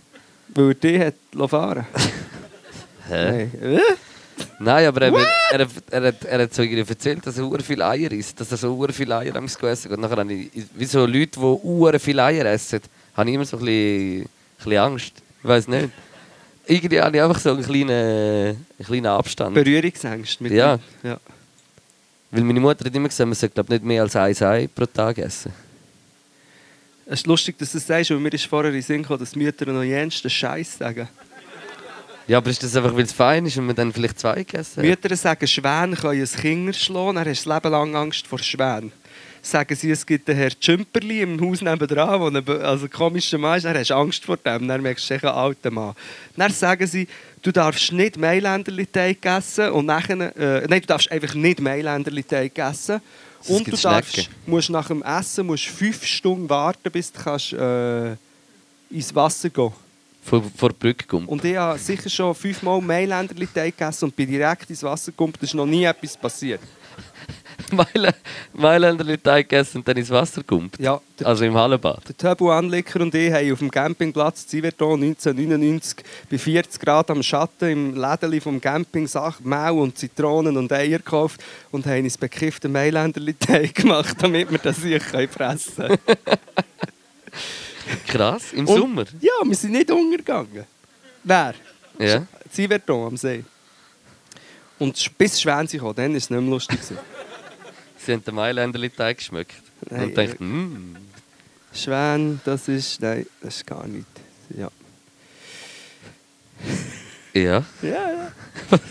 Weil er die hat fahren
Hä?
Nein. Äh?
Nein, aber er, er, er, hat, er hat so irgendwie erzählt, dass er sehr viele Eier isst. Dass er so sehr viele Eier am gegessen hat. Und nachher habe ich, wie so Leute, die sehr viele Eier essen, habe ich immer so ein bisschen, ein bisschen Angst. Ich weiß nicht. Irgendwie habe ich einfach so einen kleinen, einen kleinen Abstand.
Berührungsängste. Mit
Ja.
Dem. ja.
Weil meine Mutter hat immer gesagt, man sollte glaub, nicht mehr als ein Ei pro Tag essen.
Es ist lustig, dass du das sagst, weil mir ist vorher in den Sinn gekommen, dass die Mütter noch jensten Scheiß sagen.
Ja, aber ist das einfach, weil es fein ist und man dann vielleicht zwei gegessen hat?
Mütter sagen, Schwäne können ein Kind schlagen, dann hast du das Leben lang Angst vor Schwänen. Sagen sie, es gibt einen Herr Jumperli im Haus nebenan, der ein be- also ein komischer Mann ist, dann hast du Angst vor dem, dann merkst du, es ist ein alter Mann. Dann sagen sie, du darfst nicht Mailänderli-Teig essen und nachher, äh, nein, du darfst einfach nicht Mailänderli-Teig essen
Das
und du
gibt's
darfst,
Schnecken.
musst nach dem Essen musst fünf Stunden warten, bis du kannst, äh, ins Wasser gehen kannst.
Vor, vor die Brücke kommt.
Und ich habe sicher schon fünfmal Mailänderli-Teig gegessen und bin direkt ins Wasser gekommen. Da ist noch nie etwas passiert.
Mailänder Mailänder Teig gegessen und dann ins Wasser kommt.
Ja, der,
Also im Hallenbad.
der Töbu Anlicker und ich haben auf dem Campingplatz Ziverton 1999 bei 40 Grad am Schatten im Lädeli vom Camping Sachen, Mehl und Zitronen und Eier gekauft und haben uns bekifften Mailänderli-Teig gemacht, damit wir das hier können fressen können.
Krass, im
Und-
Sommer.
Ja, wir sind nicht untergegangen. Wer?
Ja.
Ziverton am See. Und bis Schwänze kam, dann war es nicht mehr lustig. gewesen.
Sie haben den Mailänder Teig geschmeckt.
Nein,
und denkt, mmm.
Schwan, das ist. Nein, das ist gar nicht. Ja.
Ja,
Ja, ja.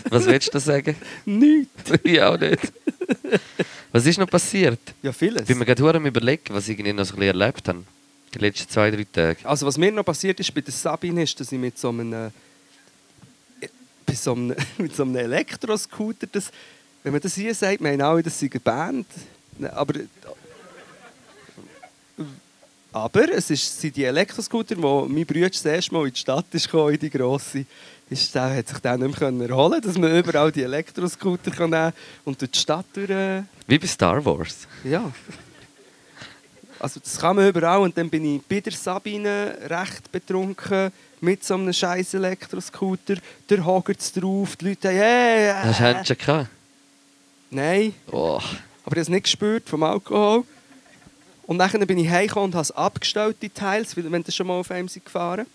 was willst du sagen?
Nicht.
ich auch nicht. Was ist noch passiert?
Ja,
Ich
vieles.
bin mir gerade verdammt am überlegen, was ich irgendwie noch so ein bisschen erlebt habe. Die letzten zwei, drei Tage.
Also, was mir noch passiert ist bei der Sabine, ist, dass ich mit so einem. äh, Bei so einem, mit so einem Elektroscooter. Das, wenn man das hier sagt, meinen alle, das sei eine Band. Ne, Aber. Aber es ist, sind die Elektroscooter, wo mein Bruder das erste Mal in die Stadt ist gekommen, in die grosse, ist, der hat sich dann nicht mehr können erholen dass man überall die Elektroscooter kann nehmen kann und durch die Stadt durch. äh,
Wie bei Star Wars.
Ja. Also das kann man überall und dann bin ich bei der Sabine recht betrunken mit so einem scheiß Elektroscooter. Der Ah. hagert drauf, die Leute haben «Hey!»
Hast du Händchen gehabt?
Nein,
Oh.
Aber ich habe es nicht gespürt vom Alkohol. Und nachher bin ich heimgekommen und habe es abgestellt, die Teils, weil wenn das schon mal auf einem sind gefahren.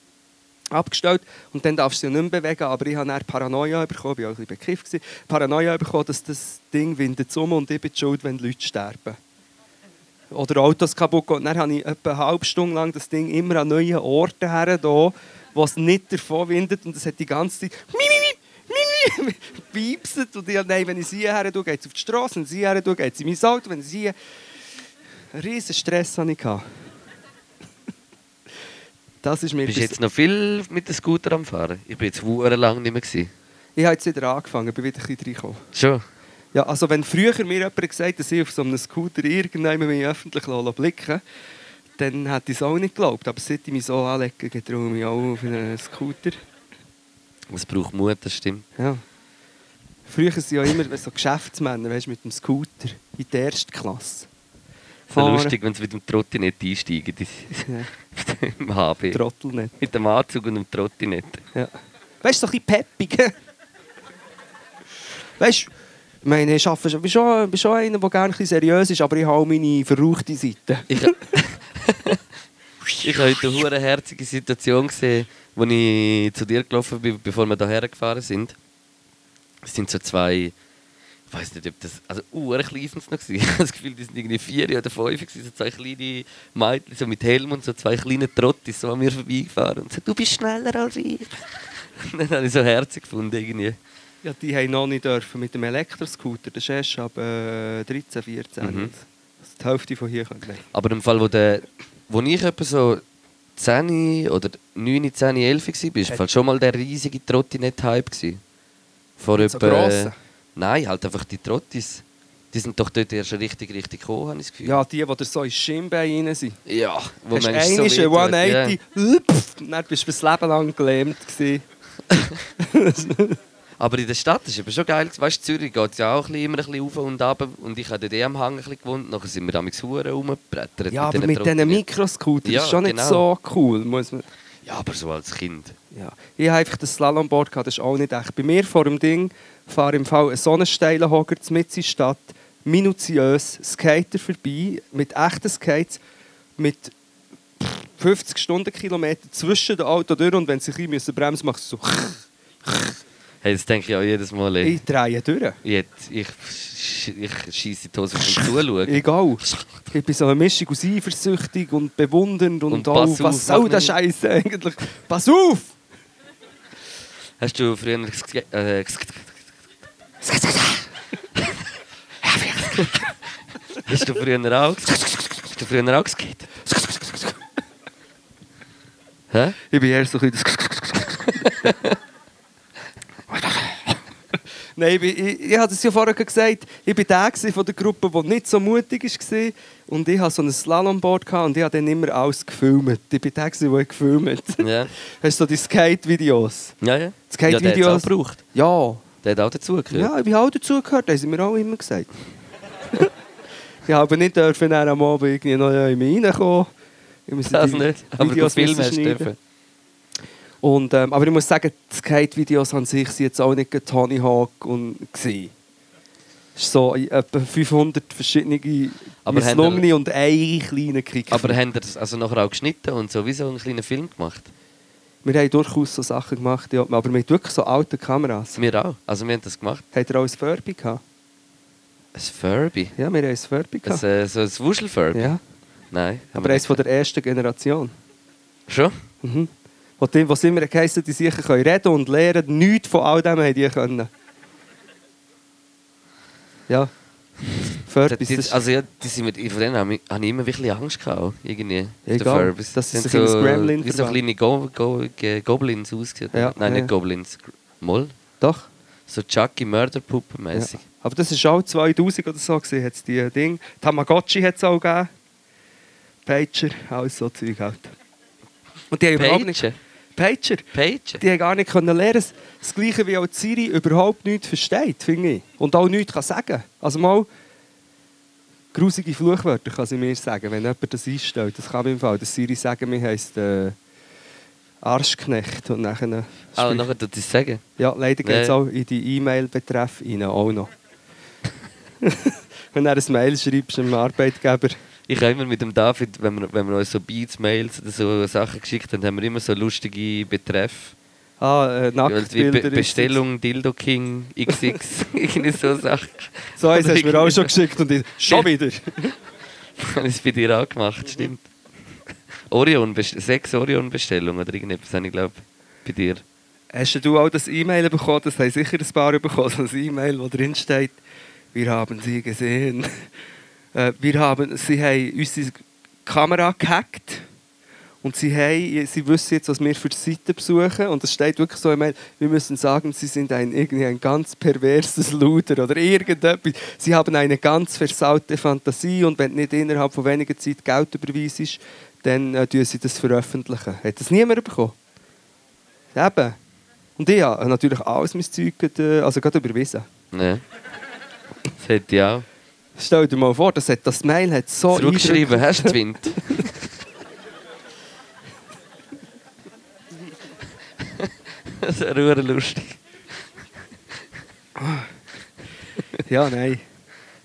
Abgestellt. Und dann darfst du sie nicht mehr bewegen. Aber ich habe dann Paranoia bekommen, ich war auch ein bisschen bekifft. gewesen. Paranoia bekommen, dass das Ding windet um und ich bin die schuld, wenn die Leute sterben. Oder Autos kaputt gehen. Und dann habe ich etwa eine halbe Stunde lang das Ding immer an neuen Orten her, da, wo es nicht davon windet. Und es hat die ganze Zeit piepset. Und ich habe, nein, wenn ich sie her tue, geht es auf die Straße. Wenn ich sie her tue, geht es in mein Auto. Wenn ich sie... Riesen Stress hatte ich. Das ist mir...
Bist du
bis-
jetzt noch viel mit dem Scooter am Fahren? Ich bin jetzt wuhren lang nicht mehr. Gewesen.
Ich habe jetzt wieder angefangen, bin wieder ein bisschen reingekommen.
Schon?
Ja, also wenn früher mir jemand gesagt hat, dass ich auf so einem Scooter irgendjemand mich öffentlich lassen blicken dann hätte ich es auch nicht geglaubt. Aber seit ich mich so anlege, getraue ich mich auch auf einen Scooter.
Es braucht Mut, das stimmt.
Ja. Früher sind ja immer so Geschäftsmänner weißt, du, mit dem Scooter in der ersten Klasse.
Es ist ja
Fahren.
lustig, wenn sie mit dem Trotti nicht einsteigen. die-
Ja.
Im HB.
Trottel nicht.
mit dem Anzug und dem Trotti nicht.
Ja. Weißt du, so ein bisschen peppig. weißt du, ich meine, ich arbeite, ich bin schon, ich bin schon einer, der gerne ein bisschen seriös ist, aber ich habe auch meine verrauchte Seite.
Ich, ich habe heute eine hure herzige Situation gesehen, als ich zu dir gelaufen bin, bevor wir hierher gefahren sind. Es sind so zwei, ich weiß nicht, ob das, also urklein sind es noch gewesen. Ich habe das Gefühl, die sind irgendwie vier oder fünf gewesen, so zwei kleine Mädchen, so mit Helm und so zwei kleine Trottis, so an mir vorbeigefahren und so, du bist schneller als ich. Und dann habe ich so herzig gefunden irgendwie.
Ja, die haben noch nicht dürfen mit dem Elektroscooter. Das ist erst ab äh, 13, 14.
Mhm.
Das ist die Hälfte von hier kommt. Nein.
Aber im Fall, wo, der, wo ich etwa so 10 oder 9, 10, 11 war, war im Fall schon mal der riesige Trottinett-Hype. gewesen. Vor
Mit so grossen?
Nein, halt einfach die Trottis. Die sind doch dort erst richtig, richtig gekommen, habe ich das Gefühl.
Ja, die, die dir so ins Schienbein rein sind.
ja wo
Hast
manchmal so
einmal so 180,
wehtut, ja.
ups, und dann bist du das Leben lang gelähmt. gewesen.
Aber in der Stadt ist es eben schon geil. Weißt du, Zürich geht es ja auch ein bisschen, immer ein bisschen auf und ab. Und ich habe dort eh am Hang ein bisschen gewohnt. Nachher sind wir damit Huren rumgebrettert.
Ja, aber mit diesen
Trottinetten.
Mikroscootern
Ja,
das ist schon nicht
genau.
so cool. Muss man
Ja, aber so als Kind.
Ja. Ich habe einfach das Slalomboard gehabt, das ist auch nicht echt. Bei mir vor dem Ding fahre im Fall einen sonnensteilen Hocker mitten in der Stadt, minutiös Skater vorbei, mit echten Skates, mit 50 Stundenkilometer zwischen den Auto durch und wenn sie ein bisschen bremsen müssen, macht es so.
Hey, das denke ich auch jedes Mal. Ey.
Ich drehe durch.
Jetzt, ich, sch- ich schieße die Hose vom Zuschauen.
Egal. Ich bin so eine Mischung aus eifersüchtig und bewundernd und,
Und
auch,
pass auf,
was soll
mach
das
mir-
Scheiße eigentlich? Pass auf!
Hast du früher ges- äh, ges- Hast du früher auch ges- Hast du früher auch geskatet? Hä?
Ich bin eher so ein bisschen Nein, ich, bin, ich, ich habe es ja vorher gesagt, ich war der gewesen von der Gruppe, der nicht so mutig war. Und ich hatte so ein Slalomboard gehabt und ich habe dann immer alles gefilmt. Ich war der, gewesen, der ich gefilmt hat.
Ja.
Hast du so die Skate-Videos?
Ja, ja.
Die Skate-Videos?
Ja, der hat's auch gebraucht.
Ja.
Der hat auch dazugehört.
Ja, ich habe auch dazugehört, das haben sie mir auch immer gesagt. ich habe nicht dürfen, dann am Abend irgendwie noch in mich reinkommen. Ich musste
Das
die
nicht. Aber du
Videos
Film hast
müssen schneiden.
dürfen.
Und, ähm, aber ich muss sagen, die Skate-Videos an sich sind jetzt auch nicht gerade Tony Hawk und gsi. Es ist so in etwa 500 verschiedene
Aber haben
Misslungene und ein kleiner Kick.
Aber haben das also nachher auch geschnitten und sowieso einen kleinen Film gemacht?
wir haben durchaus so Sachen gemacht, ja, aber mit wirklich so alten Kameras.
Wir auch. Also wir haben das gemacht.
Habt ihr auch ein Furby gehabt?
Ein Furby.
Ja, wir haben ein Furby
Ein,
gehabt.
äh, so ein Wuschelfurby?
ja.
Nein. haben
Aber
wir
eines
nicht.
von der ersten Generation.
Schon?
Mhm. Wo die- Was immer geheißen, die sicher können reden und lernen, nichts von all dem haben die können. Ja.
Die,
Furbies, das
die,
ist
also ja, die sind mit, von denen habe ich, habe ich immer wirklich Angst gehabt, auch, irgendwie.
Egal,
Den Furbies.
das ist
Die
ein
haben so,
kleines Gremlin
Wie so
verwandt.
kleine Go Go Ge- Goblins ausgesehen.
Ja,
Nein,
ja.
nicht Goblins. Gr- Moll.
doch.
So Chucky Mörderpuppen
Ja.
mäßig.
Aber das ist auch 2000 oder so gesehen, hat's die Ding. Tamagotchi hat es auch gegeben. Pager, alles so Zeug halt. Und die haben überhaupt nicht.
Pager?
Pager.
Page.
Die haben gar nicht können lernen. Das gleiche wie auch die Siri überhaupt nichts versteht, finde ich. Und auch nichts kann sagen. Also mal grusige Fluchwörter kann sie mir sagen, wenn jemand das einstellt. Das kann mir im Fall. Das Siri sagen, mir heisst äh, Arschknecht. Und nachher
Ah, und nachher tut sie es sagen.
ja, leider geht es
Nee.
auch in die E-Mail-Betreff rein, auch noch. Wenn du eine Mail schreibst dem Arbeitgeber.
Ich habe immer mit dem David, wenn wir, wenn wir uns so Beats, Mails oder so Sachen geschickt haben, haben wir immer so lustige Betreff.
Ah, äh,
Wie
Nacktbilder.
Be Bestellung Dildo King XX, irgendwie so Sachen.
So eins hast du mir auch schon geschickt und ich, schon wieder.
Habe ich es bei dir auch gemacht, stimmt. Orion, Best- sechs Orion-Bestellungen oder irgendetwas habe ich, glaube bei dir.
Hast du auch das E-Mail bekommen? Das haben sicher ein paar bekommen. So ein E-Mail, wo drin steht, wir haben sie gesehen. Äh, wir haben, sie haben unsere Kamera gehackt. Und sie, haben, sie wissen jetzt, was wir für Seiten besuchen. Und es steht wirklich so im Mail, wir müssen sagen, sie sind ein, irgendwie ein ganz perverses Luder oder irgendetwas. Sie haben eine ganz versaute Fantasie und wenn nicht innerhalb von weniger Zeit Geld überweist ist, dann äh, tun sie das veröffentlichen. Hat das niemand bekommen? Eben. Und ich habe natürlich alles mein Zeug gerade, äh, also gerade überwiesen.
Ne? Das hätte ich auch.
Stell dir mal vor, das, hat, das Mail hat so
Zurückgeschrieben, hast du Wind? das wäre verdammt lustig.
eindrücklich- Ja, nein.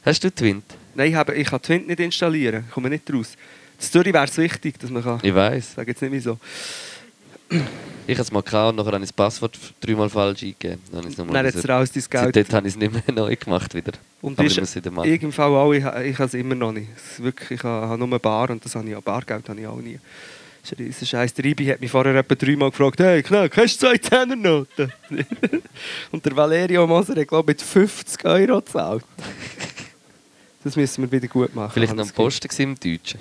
Hast du Twint?
Nein, ich, habe, ich kann Twint nicht installieren. Ich komme nicht raus. In Zürich wäre es wichtig, dass man kann. Ich
Ich weiß.
sage jetzt nicht wieso.
Ich habe es mal gehabt und nachher habe ich das Passwort f- dreimal falsch eingegeben. Dann habe ich es nochmal
Dann hat es
versucht.
raus dein Geld.
Seitdem habe ich es nicht mehr neu gemacht wieder.
Und
Aber
ist- eh
ich muss es wieder machen.
Irgendwie auch, ich, ich habe es immer noch nicht. Es ist wirklich, ich habe habe nur Bar und das habe ich auch. Bargeld habe ich auch nie. Das ist ein riesen Scheiß. Der Ibi hat mich vorher etwa dreimal gefragt, hey, Knack, hast du zwei Zehnernoten? und der Valerio Moser hat, glaube ich, 50 Euro gezahlt. Das müssen wir wieder gut machen.
Vielleicht
habe
noch am
ich das Gefühl.
Posten gewesen im Deutschen.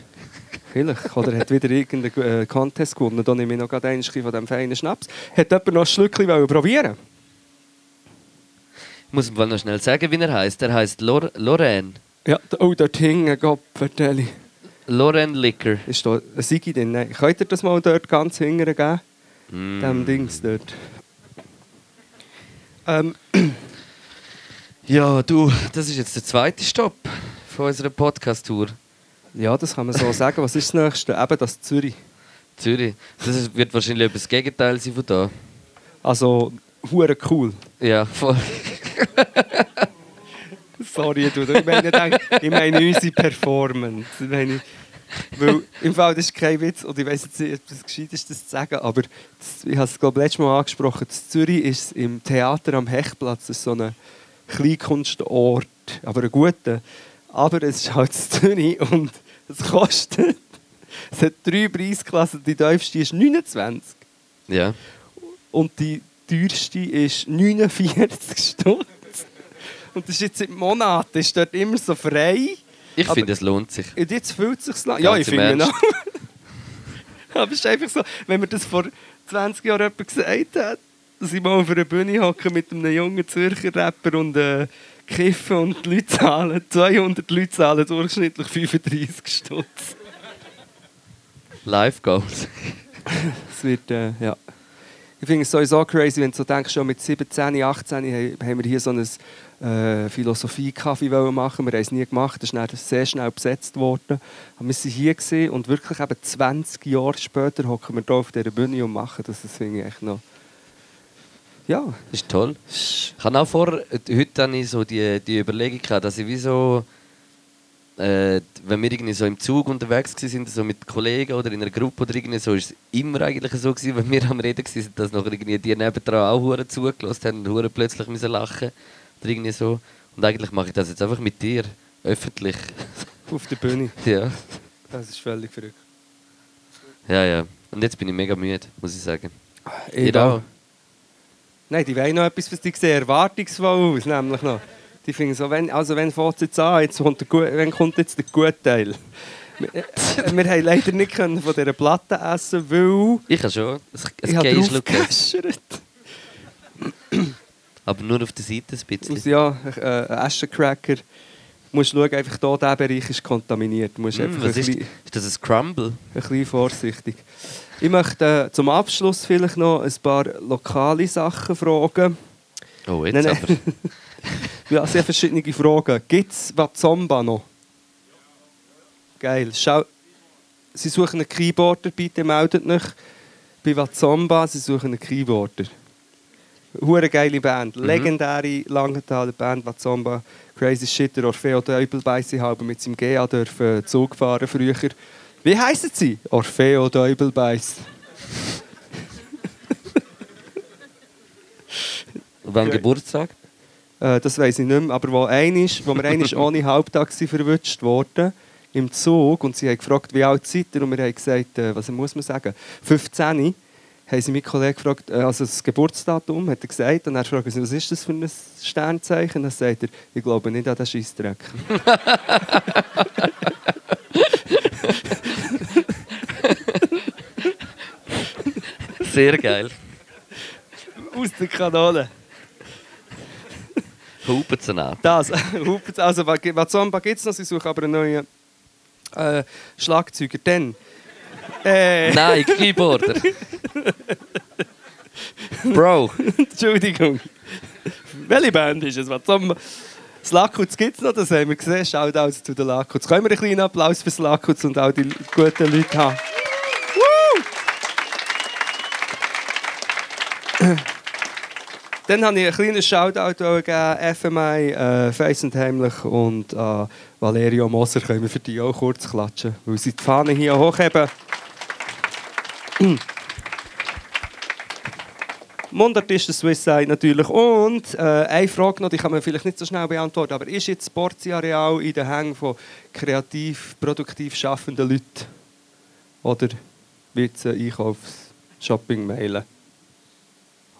Vielleicht. Oder hat wieder irgendeinen äh, Contest gewonnen. Da nehme ich noch gerade einen Schluck von diesem feinen Schnaps. Hat jemand noch ein Schlückchen wollen probieren
Ich muss ihm wohl noch schnell sagen, wie er heißt. Er heißt Lor Loren.
Ja, d- oh, dort hing, Gott, vertelle ich.
Loren Licker.
Ist da ein Sigi drin? Nein. Könnt ihr das mal dort ganz hingern geben?
Mm.
Dem Dings dort. Ähm,
Ja, du, das ist jetzt der zweite Stopp von unserer Podcast-Tour.
ja, das kann man so sagen. Was ist das Nächste? Eben das Zürich.
Zürich. Das ist, wird wahrscheinlich etwas Gegenteil sein von da.
Also, hure cool.
Ja, voll.
Sorry, du. Ich meine, nicht eigentlich- ich meine unsere Performance. Ich meine, weil, Im Fall das ist kein Witz und ich weiß jetzt nicht, ob das gescheit ist, das zu sagen, aber das, ich habe es glaube ich, letztes Mal angesprochen. In Zürich ist es im Theater am Hechplatz das ist so ein Kleinkunstort, aber ein guter. Aber es ist halt in Zürich und es kostet. Es hat drei Preisklassen, die tiefste ist 29
Ja.
und die teuerste ist 49 Stunden. Und das ist jetzt seit Monaten, ist dort immer so frei.
Ich
Aber-
finde, es lohnt sich.
Und jetzt fühlt es sich lang. Ja,
Ganz
ich
im
finde
Ernst.
auch. Aber es ist einfach so, wenn mir das vor 20 Jahren jemand gesagt hat, dass ich mal auf einer Bühne hocke mit einem jungen Zürcher Rapper und äh, kiffen und die Leute zahlen, 200 Leute zahlen durchschnittlich 35 Stutz.
Live Goals.
Es wird, äh, ja. Ich finde es sowieso crazy, wenn du so denkst, schon mit 17, 18 haben haben wir hier so ein äh, Philosophie-Kaffee wollen machen. Wir haben es nie gemacht, das ist dann sehr schnell besetzt worden. Aber wir sind hier gewesen und wirklich eben 20 Jahre später hocken wir hier auf dieser Bühne und machen das. Das finde ich echt noch... Ja,
Das ist toll. Ich habe auch vor, heute habe ich so die, die Überlegung gehabt, dass ich wie so, äh, wenn wir irgendwie so im Zug unterwegs waren, sind, so mit Kollegen oder in einer Gruppe oder irgendwie so, ist es immer eigentlich so gewesen, wenn wir am Reden waren, dass noch irgendwie die nebendran auch hure zugelassen haben und hure plötzlich müssen lachen oder irgendwie so. Und eigentlich mache ich das jetzt einfach mit dir, öffentlich.
auf der Bühne.
ja.
Das ist völlig verrückt.
ja, ja. Und jetzt bin ich mega müde, muss ich sagen.
Ich auch. Nein, die wollen noch etwas für dich sehen, erwartungsvoll aus, nämlich noch. Die finden so, wenn, also wenn fängt es jetzt an, jetzt kommt der, Gu- wenn kommt jetzt der gute Teil? Wir, äh, wir haben leider nicht können von dieser Platte essen, weil
Ich habe schon ein,
ich
ein
habe
Geiss gegessen,
draufgeäschert.
aber nur auf der Seite ein bisschen.
Aus, Ja, äh, Aschencracker. Du musst schauen, einfach hier, dieser Bereich ist kontaminiert. Du musst
Mm,
einfach ein
was ist,
bisschen-
ist das ein Crumble?
ein bisschen vorsichtig. Ich möchte äh, zum Abschluss vielleicht noch ein paar lokale Sachen fragen.
Oh, jetzt
Nein, nein.
aber.
Ja, sehr verschiedene Fragen. Gibt es Wazomba noch? Geil. Schau. Sie suchen einen Keyboarder, bitte meldet euch bei Wazomba. Sie suchen einen Keyboarder. Hure geile Band. Legendäre Langenthaler Band, die Zomba, Crazy Shit, der Orfeo Däubel bei sich haben mit seinem GA dürfen Zug fahren früher. Wie heissen sie? Orfeo Däubelbeiss.
Wann
Okay.
Geburtstag?
Äh, das weiß ich nicht mehr, aber wo, einisch, wo wir einmal ohne Halbtaxi verwünscht wurden, im Zug, und sie haben gefragt, wie alt seid ihr, und wir haben gesagt, äh, was muss man sagen, 15, haben sie meinen Kollegen gefragt, äh, also das Geburtsdatum, hat er gesagt, und dann fragen sie, was ist das für ein Sternzeichen, und dann sagt er, ich glaube nicht an den Scheissdreck.
Sehr geil.
Aus der Kanone.
Hupen ab.
Das, Hupen- also Wazomba gibt es noch, sie suchen aber einen neuen äh, Schlagzeuger, dann... Äh,
Nein, Keyboarder. Bro,
Entschuldigung. Welche Band ist es? Was zum das Lakutz gibt es noch, das haben wir gesehen. Schaut aus zu den Lakutz. Können wir einen kleinen Applaus fürs Lakutz und auch die guten Leute haben? Woo! Dann habe ich einen kleinen Shoutout auch gegeben, FMI, äh, Face und Heimlich und äh, Valerio Moser. Können wir für die auch kurz klatschen, weil sie die Fahne hier hochheben. Mundartisten Swiss Side natürlich. Und äh, eine Frage noch, die kann man vielleicht nicht so schnell beantworten, aber ist jetzt das Portiareal in den Hängen von kreativ, produktiv schaffenden Leuten? Oder wird es ein Einkaufs-Shopping-Mailen?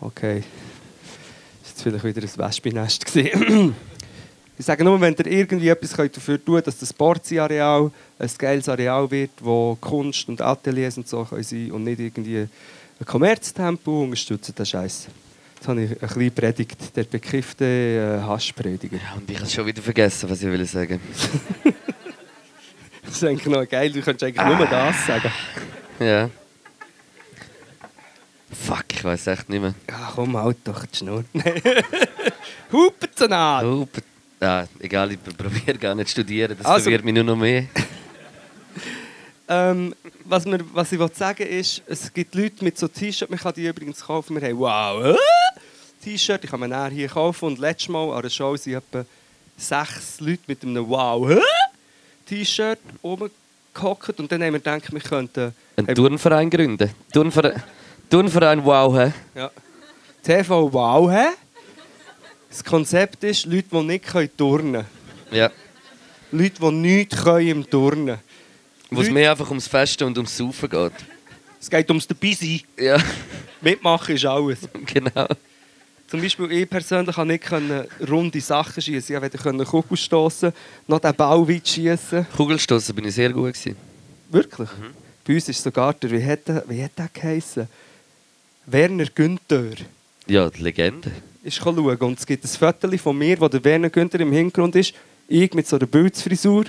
Okay. Das war jetzt vielleicht wieder ein Wespennest. gewesen. ich sage nur, wenn ihr irgendwie etwas könnt dafür tun könnt, dass das Porzi-Areal ein geiles Areal wird, wo Kunst und Ateliers und so können sein und nicht irgendwie ein Kommerztempo unterstützt den Scheiß. Jetzt habe ich ein bisschen predigt, der bekiffte äh, Haschprediger.
Ja, und ich habe schon wieder vergessen, was ich will sagen.
Das ist eigentlich noch geil, du könntest eigentlich nur das sagen.
Ja. Fuck, ich weiß echt nicht mehr.
Ja, komm, halt doch die Schnur. Hupenzenat!
Hupen. Ah, egal, ich probiere gar nicht zu studieren, das
Also-
verwirrt mich nur noch mehr.
Ähm, was, mir, was ich will sagen ist, es gibt Leute mit so T-Shirts, man kann die übrigens kaufen. Wir haben wow, äh, T-Shirt, die kann man nachher hier kaufen. Und letztes Mal an einer Show sind etwa sechs Leute mit einem wow, äh, T-Shirt rumgehockt. Und dann haben wir gedacht, wir könnten
Ein
Hey.
Turnverein gründen. Turnverein, Turnverein wow, hä?
ja, TV wow haben. Das Konzept ist, Leute, die nicht können turnen
Ja.
können. Leute, die nichts können im Turnen.
Wo es
Leute-
mehr einfach ums Festen und ums Saufen geht.
Es geht ums Dabeisein.
Ja,
Mitmachen ist alles.
genau.
Zum Beispiel, ich persönlich konnte nicht können runde Sachen schießen. Ich konnte weder Kugel stossen, noch den Ball weit schießen.
Kugelstoßen bin ich sehr gut gewesen.
Wirklich? Bei uns ist sogar der, wie hat der, wie hat der geheissen? Werner Günther.
Ja, die Legende.
Ist schauen. Und es gibt ein Foto von mir, wo der Werner Günther im Hintergrund ist. Ich mit so einer Bildsfrisur.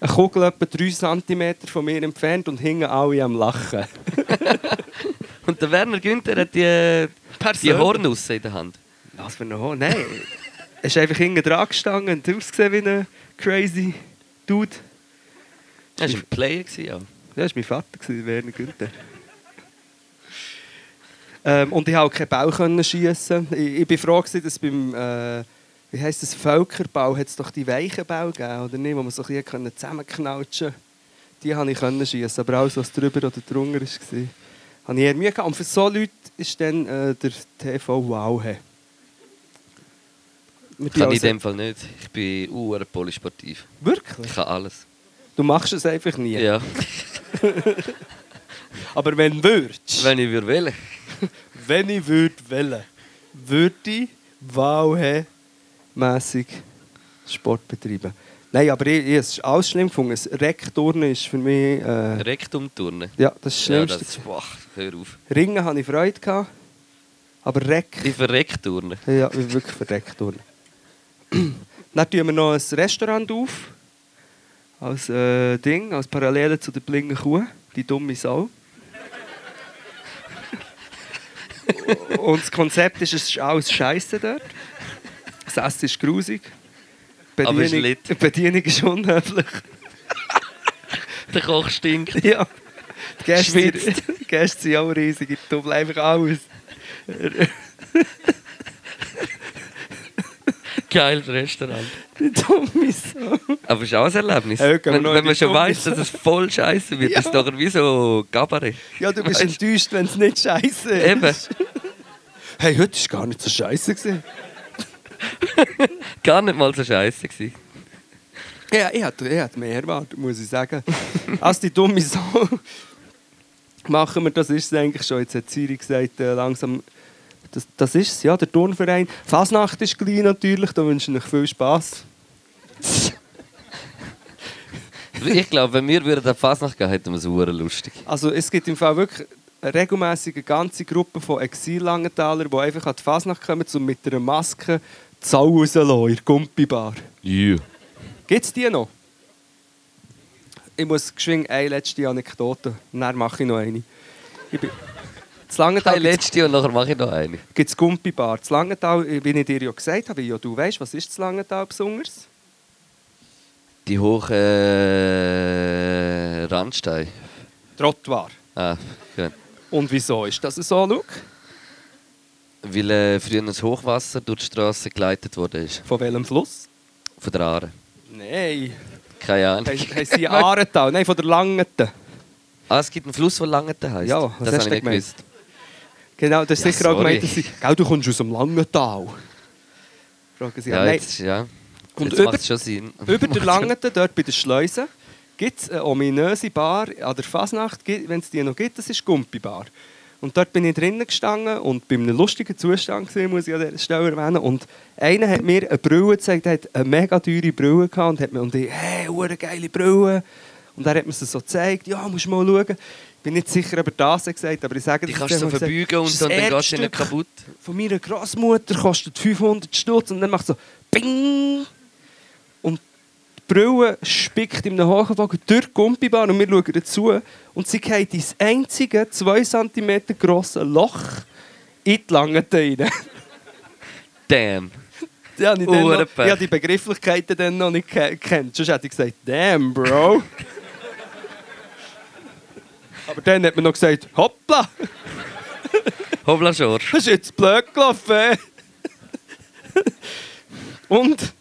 Eine Kugel etwa 3 cm von mir entfernt und hingen alle am Lachen.
Und der Werner Günther hat die, die Hornusse in der Hand.
Was für ein Horn? Nein. er ist einfach hinten dran gestanden und ausgesehen wie ein crazy Dude.
Das war ein Player. gewesen, Ja.
Das war mein Vater, gewesen, Werner Günther. ähm, und ich konnte auch keinen Bau können schiessen. Ich, ich bin froh, gewesen, dass beim äh, wie heisst das, Völkerbau hat es doch die weichen Bau gegeben, oder nicht, wo man so ein bisschen können zusammenknautschen konnte. Die konnte ich können schiessen, aber alles, was drüber oder drunter war, hatte ich eher Mühe. Gehabt. Und für so Leute ist dann äh, der TV wow. hey. Wir tun
Kann ich in
also-
dem Fall nicht. Ich bin uhr polysportiv.
Wirklich?
Ich kann alles.
Du machst es einfach nie.
Ja.
Aber wenn du würdest...
Wenn ich würde wählen.
Wenn ich würde wählen, würde ich wahlmässig Sport betreiben. Nein, aber ich, ich es ist alles schlimm gefunden. Das Rekturnen ist für mich. Äh,
Rektum turnen.
ja, das ist das
Ja,
Schlimmste.
das, boah, hör auf.
Ringen hatte ich Freude. Gehabt, aber Reck.
Ich verreckt turnen.
Ja, ich bin wirklich für Rekturnen. Dann tun wir noch ein Restaurant auf. Als äh, Ding, als Parallele zu der blinden Kuh. Die dumme Sau. Und das Konzept ist, es ist alles scheiße dort. Das Essen ist grusig.
Aber es ist
Bedienung,
lit.
Bedienung ist unhöflich.
Der Koch stinkt.
Ja. Die Gäste, sind,
Schwitzt.
die Gäste sind auch riesig. Ich tue einfach alles.
Geil, Restaurant.
Die dumme Sau.
Aber es ist auch ein Erlebnis.
Ja, gehen wir
wenn
noch in
wenn man
die
schon
Dumme
weiss, dass es voll scheiße wird,
Ja.
ist es doch wie so Gabarett.
Ja, du bist enttäuscht, wenn es nicht scheiße ist.
Eben.
Hey, heute war gar nicht so scheiße. gewesen.
Gar nicht mal so scheiße gewesen.
Ja, ich hätte, ich hätte mehr erwartet, muss ich sagen. Als die dumme Sau machen wir, das ist es eigentlich schon. Jetzt hat Siri gesagt, äh, langsam, das, das ist es, ja, der Turnverein. Fasnacht ist klein natürlich, da wünschen ich euch viel Spass.
Ich glaube, wenn wir würden an die Fasnacht gehen, hätten wir es sehr lustig.
Also es gibt im Fall wirklich regelmäßig eine ganze Gruppe von Exil-Langenthaler, die einfach an die Fasnacht kommen, um mit einer Maske die Sau rauszulassen in der Gumpibar.
Ja.
Gibt es die noch? Ich muss geschwind eine letzte Anekdote, und dann mache ich noch eine. Ich bin... Das Langenthal
Keine letzte und nachher mache ich noch eine.
gibt es Gumpibar. Das Langenthal, äh, wie ich dir ja gesagt habe, ja, du weißt, was ist das Langenthal besonders?
Die hohen äh, Randsteine.
Trottoir.
Ah, gut.
Und wieso ist das so, Luke?
Weil äh, früher ein Hochwasser durch die Straße geleitet wurde. ist.
Von welchem Fluss?
Von der Aare.
Nein.
Keine Ahnung.
Heißt heißt sie Ahrental? Nein, von der Langeten.
Ah, es gibt einen Fluss, der Langeten heisst.
Ja, was
das
hast
habe ich
du
nicht
gemeint?
gewusst.
Genau, das ist
Ja,
sicher auch
sorry.
gemeint, dass sie, Gell, du kommst aus dem Langental. Fragen sie
Ja,
an. Nein,
jetzt, ja.
Und
jetzt
über-
macht es schon Sinn.
über der Langeten, dort bei der Schleuse, gibt es eine ominöse Bar an der Fasnacht, wenn es die noch gibt, das ist Gumpi Bar. Und dort bin ich drinnen gestanden und bei einem lustigen Zustand gewesen, muss ich an dieser Stelle erwähnen. Und einer hat mir eine Brille gezeigt, er hat eine mega teure Brille gehabt und hat mir und ich, hey, hure geile Brille. Und er hat mir sie so gezeigt, ja, musst mal schauen. Ich bin nicht sicher, ob er das hat gesagt aber ich sage
Die
das
kannst du so
jetzt einmal.
verbeugen und,
Das
so, und dann gehst du
Erbstück
nicht kaputt.
von meiner Großmutter kostet 500 Stutz und dann macht so Bing und die Brille spickt in einem Hochwagen durch die Gumpibahn und wir schauen dazu und sie geht ins einzige 2 cm grosse Loch in die Langete rein.
Damn.
Ja, ich, dann noch,
Uhrenpech.
ich habe die Begrifflichkeiten dann noch nicht ke- gekannt. Sonst hätte ich gesagt, damn, Bro. Aber dann hat man noch gesagt, hoppla,
Hoppla Schor.
das ist jetzt blöd gelaufen. ey. Und,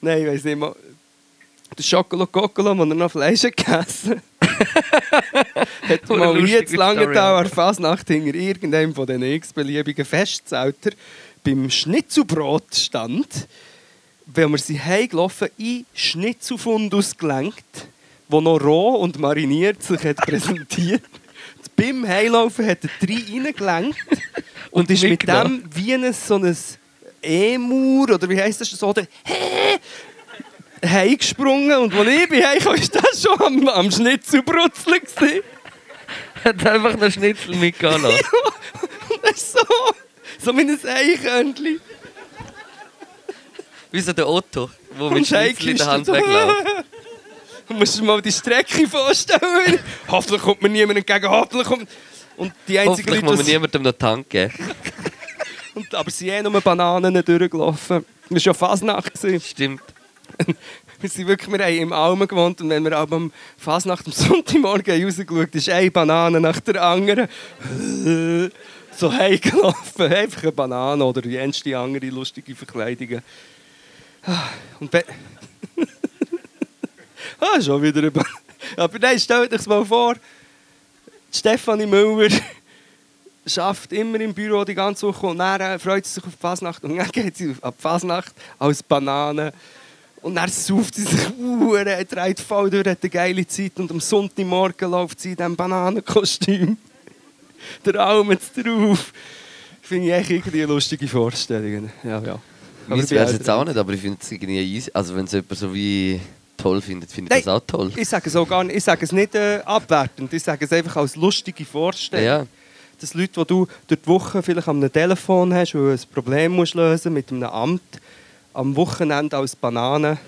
nein, ich weiß nicht mal, der Schokolo Kokolo, den er noch Fleisch hat gegessen hat,
Hure
mal
lustige
jetzt lange
Story,
Dauer Fasnacht hinter irgendeinem von diesen x-beliebigen Festzelter beim Schnitzelbrot stand, wenn wir sie heimgelaufen in Schnitzelfundus gelenkt, wo noch roh und mariniert sich hat präsentiert. beim Heimlaufen hat er drei reingelenkt und,
Und
ist mit dem
mitgenommen.
wie ein, so ein E-Mur oder wie heisst das so, der heimgesprungen und als ich bin heimgekommen, war das schon am, am Schnitzelbrutzeln. gewesen.
Hat einfach noch Schnitzel mitgehen lassen.
Und das ist so, so wie ein Eichhörnchen.
Wie so der Otto, der mit
Kommst
Schnitzel in der Hand
heimgekistet.
wegläuft.
Du musst dir mal die Strecke vorstellen. Hoffentlich kommt mir niemand entgegen, hoffentlich kommt... Und die einzigen
Hoffentlich muss man
die-
niemandem noch Tank geben.
und, aber sie haben nur Bananen durchgelaufen. Das war ja Fasnacht. gewesen.
Stimmt.
Wir, sind wirklich, wir haben im Almen gewohnt und wenn wir aber am Fasnacht am Sonntagmorgen rausgeschaut ist eine Banane nach der anderen so heimgelaufen. Einfach eine Banane oder die ernste andere lustige Verkleidungen. Ah, Und be- ah, schon wieder eine Banane. Aber nein, stellt euch mal vor, Stefanie Müller schafft immer im Büro die ganze Woche und dann äh, freut sie sich auf die Fasnacht und dann geht sie auf- ab Fasnacht als Banane und dann sauft sie sich Uhren, dreht voll durch, hat eine geile Zeit und am Sonntagmorgen läuft sie in diesem Bananenkostüm. Der Arm jetzt drauf. Finde ich echt irgendwie lustige Vorstellungen. Ja, ja. Aber ich
Meins
bin also
wäre es jetzt
älter.
auch nicht, aber ich finde es irgendwie easy. Also wenn es jemand so wie toll findet, finde
Nein,
ich das auch toll.
Ich sage es auch gar nicht, ich sage es nicht äh, abwertend, ich sage es einfach als lustige Vorstellung.
Ja.
Dass Leute, die du durch die Woche vielleicht am Telefon hast, weil du ein Problem musst lösen mit einem Amt, am Wochenende als Banane.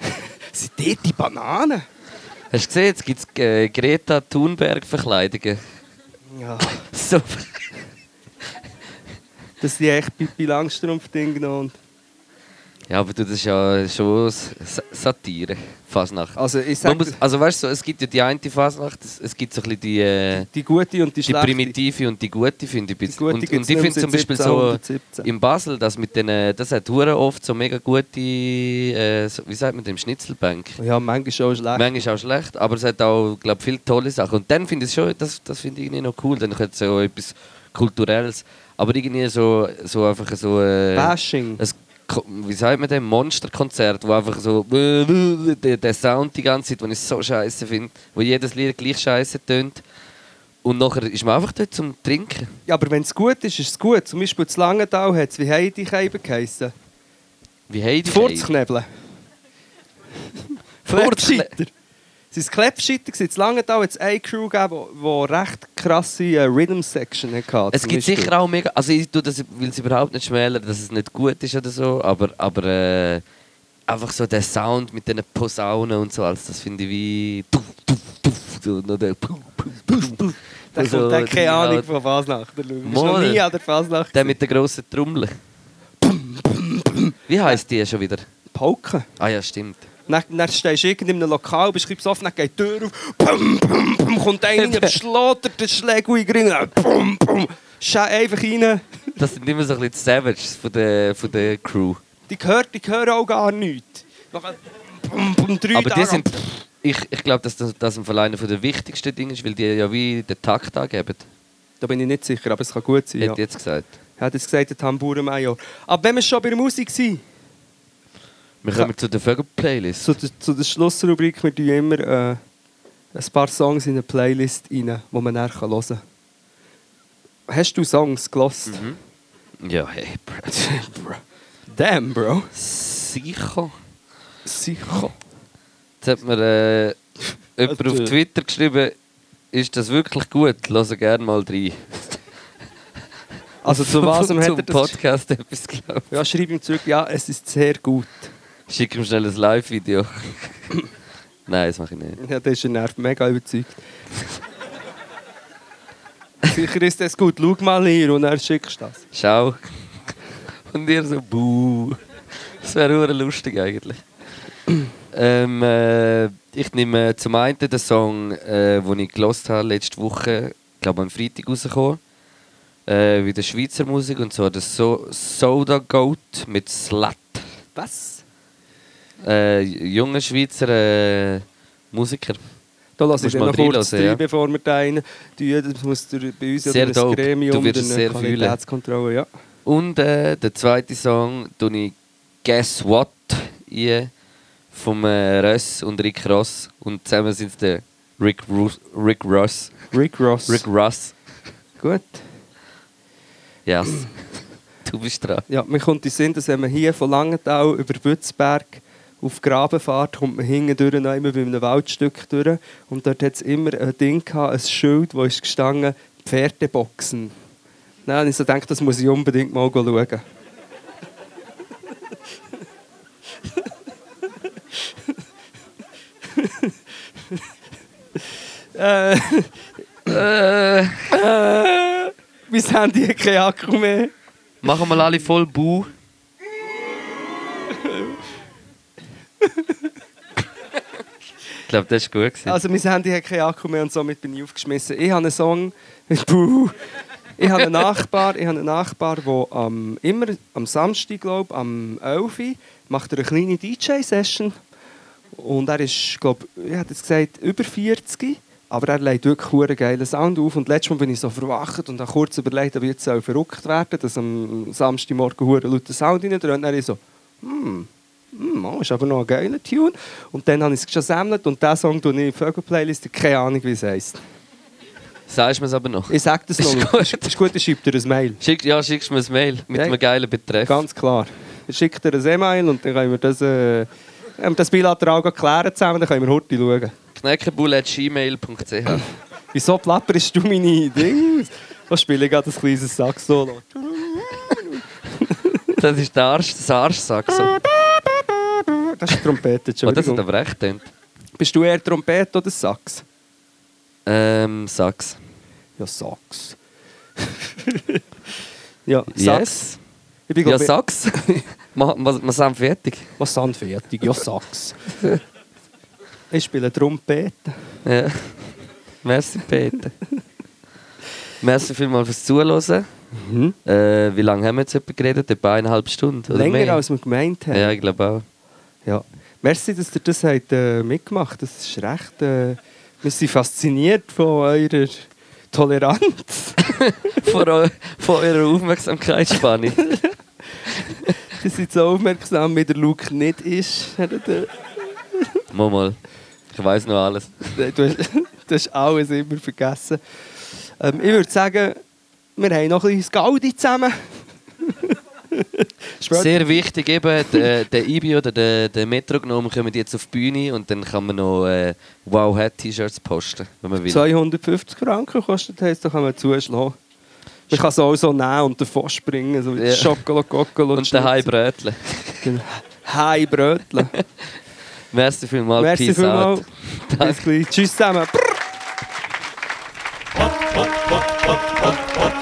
Sind die die Bananen?
Hast du gesehen, jetzt gibt es äh, Greta Thunberg-Verkleidungen.
Ja.
So.
Dass die echt Pippi Langstrumpf-Ding genommen
Ja, aber du, das ist ja schon S- S- Satire, Fasnacht.
Also ich
Man
sage,
muss, also weißt du, so, es gibt ja die eine Fasnacht, es es gibt so ein bisschen die, äh,
die gute und die
die
schlechte.
primitive und die gute, finde ich. ein
Die
bisschen.
gute
und,
gibt's
und ich
nicht mehr
finde zum
seit
Beispiel so
1717.
in Basel, das mit den, äh, das hat hure oft so mega gute, äh, so, wie sagt man dem, Schnitzelbank.
Ja, manchmal schon schlecht.
Manchmal auch schlecht, aber es hat auch, glaube viele tolle Sachen. Und dann finde ich es schon, das, das finde ich irgendwie noch cool, dann könnte es so etwas Kulturelles, aber irgendwie so, so einfach so... Äh,
Bashing.
ein, Ko- wie sagt man dem, Monsterkonzert, wo einfach so der, der Sound die ganze Zeit, den ich so scheiße finde, wo jedes Lied gleich scheiße tönt. Und nachher ist man einfach dort zum Trinken.
Ja, aber wenn es gut ist, ist es gut. Zum Beispiel zu Langenthal hat es, wie Heidi Keiben geheissen?
Wie Heidi.
Furzknebeln.
Furzkne-
Klepscheiter. Es waren Klepscheiter. gewesen. Zu Langenthal hat es eine Crew gegeben, die recht krasse äh, Rhythm-Section hatte.
Es gibt sicher auch mega. Also ich tue das, will es überhaupt nicht schmälern, dass es nicht gut ist oder so, aber, aber äh, einfach so der Sound mit den Posaunen und so, alles, das finde ich wie. Tuff, tuff, tuff, so, noch der Puh, Puh, Puh, Puh.
Da
So,
kommt dann keine
genau,
Ahnung von Fasnacht. Du bist noch
Mal.
nie an der Fasnacht.
Der mit der grossen Trommel. Wie heisst die schon wieder?
Pauken.
Ah ja, stimmt.
Dann, dann stehst du irgendwo in einem Lokal, bist ein bisschen besoffen, dann geht die Tür auf, pum, pum, pum, kommt einer, schlägt dir den Schlägel in den Ring, dann pum, pum, schau einfach rein.
Das sind immer so ein bisschen die Savages von der, von der Crew.
Die gehört, die hören auch gar nichts. Nachher pum, pum, drei
Aber die
Tage-
sind. Ich, ich glaube, dass das, das im Fall einer der wichtigsten Dinge ist, weil die ja wie den Takt angeben.
Da bin ich nicht sicher, aber es kann gut sein.
Ja.
Ja.
Hätte ich jetzt gesagt.
Er hat jetzt gesagt, der Tamburenmajor. Aber wenn wir schon bei der Musik sind,
Wir kommen zu der Vögel-Playlist.
zu der, zu der Schlussrubrik, wir tun immer äh, ein paar Songs in eine Playlist rein, die man nachher hören kann. Hast du Songs gelost?
Ja, hey, Bro.
Damn, Bro.
Sicher.
Sicher.
Jetzt hat mir äh, jemand auf Twitter geschrieben, ist das wirklich gut? Lass gerne mal rein.
Also zu was hat er
Zum
das?
Podcast etwas glaubt.
Ja, schreib ihm zurück, ja, es ist sehr gut.
Schick ihm schnell ein Live-Video. Nein, das mache ich nicht.
Ja, das ist ein Nerv, mega überzeugt. Sicher ist das gut, schau mal hier und er schickst das.
Schau. Und ihr so, buh. Das wäre hure lustig eigentlich. ähm, äh, ich nehme zum einen den Song, äh, den ich gelost habe letzte Woche, ich glaube am Freitag rausgekommen, äh, wie der Schweizer Musik und zwar das so Soda Goat mit Slut.
Was?
Äh, junger Schweizer äh, Musiker.
Da lasse ich
Musst
den
mal
noch kurz
reinhören,
rein,
ja.
bevor wir da rein tun. Das muss der, bei uns ja
Sehr
durch
dope.
ein Gremium,
Du wirst es
durch
sehr
eine Qualitätskontrolle. Ja.
Und äh, der zweite Song tue ich Guess What ein vom äh, Russ und Rick Ross. Und zusammen sind es der Rick, Ru Rick Ross.
Rick Ross.
Rick Ross.
Gut.
Yes. du bist dran.
Ja, mir kommt in den Sinn, dass wenn man hier von Langenthal über Bützberg auf Graben fährt, kommt man hinten durch noch immer bei einem Waldstück durch. Und dort hat es immer ein Ding gehabt, ein Schild, wo ist gestanden, Pferdeboxen. Nein, ich so gedacht, das muss ich unbedingt mal schauen. äh,
Äh,
äh, mein Handy hat keinen Akku mehr.
machen wir alle voll Bu. ich glaube, das war gut. Gewesen.
Also mein Handy hat keinen Akku mehr und somit bin ich aufgeschmissen. Ich habe einen Song. Puh. Ich habe einen Nachbar, ich habe einen Nachbar, der am, immer am Samstag, glaube ich, am 11. Uhr macht er eine kleine DJ-Session. Und er ist, glaube ich, ich hätte jetzt gesagt, über 40. Aber er legt wirklich einen geilen Sound auf. Und letztes Mal bin ich so verwacht und habe kurz überlegt, ob ich jetzt soll verrückt werden dass am Samstagmorgen einen lauten Sound rein Und dann ist so, hm, hm, oh, ist aber noch ein geiler Tune. Und dann habe ich es gesammelt und diesen Song tue ich in die Vögel-Playlist. Keine Ahnung, wie es heisst.
Sagst du mir es aber noch?
Ich sage das noch.
Ist
Ist gut, ist
gut.
gut dann schreibt ihr ein Mail.
Schick, ja, schickst du mir ein Mail mit
Nein.
einem geilen Betreff.
Ganz klar. Schickt ihr ein E-Mail und dann können wir das, äh, wenn wir das bilateral gleich klären zusammen, dann können wir heute schauen.
kneckebull.gmail.ch
Wieso plapperst du meine Dings? Da spiele ich gerade ein kleines Sax-Solo.
Das ist der Arsch, das Arschsaxo.
Das ist Trompete,
Oh, das hat
Entschuldigung.
aber recht tönt.
Bist du eher Trompete oder Sax?
Ähm, Sax.
Ja, Sax. ja, Sax.
Yes.
Ich bin,
Ja,
glaub ich-
Sax. Wir, wir, wir sind fertig.
Was sind fertig? Ja, Sax. ich spiele Trompete.
Ja. Merci, Peter. Merci vielmals fürs Zuhören. Äh, wie lange haben wir jetzt etwa geredet? Etwa eineinhalb Stunden? Oder
Mhm. Länger
mehr?
als wir gemeint haben.
Ja, ich glaube auch.
Ja. Merci, dass ihr das habt, äh, mitgemacht habt. Das ist recht. Äh, wir sind fasziniert von eurer Toleranz.
Von, eu von eurer Aufmerksamkeit, Spani.
Ihr seid so aufmerksam, wie der Luke nicht ist. Du
mal, mal. Ich weiß noch alles.
hast, du hast alles immer vergessen. Ähm, ich würde sagen, wir haben noch ein bisschen Gaudi zusammen. Später-
Sehr wichtig eben, der, der Ibi oder der, der Metrognom kommen jetzt auf die Bühne und dann kann man noch äh, Wow Hat T-Shirts posten, wenn man will.
250 Franken kostet heisst, da kann man zuschlagen. Man kann es auch so nehmen und davon springen. So
Ja.
mit Schokolade, Kokolo
und den Hai Brötle.
Hei Brötchen.
Merci vielmals,
Merci
peace
vielmals.
out.
Bis gleich. Tschüss zusammen.
Pod, Pod, Pod, Pod,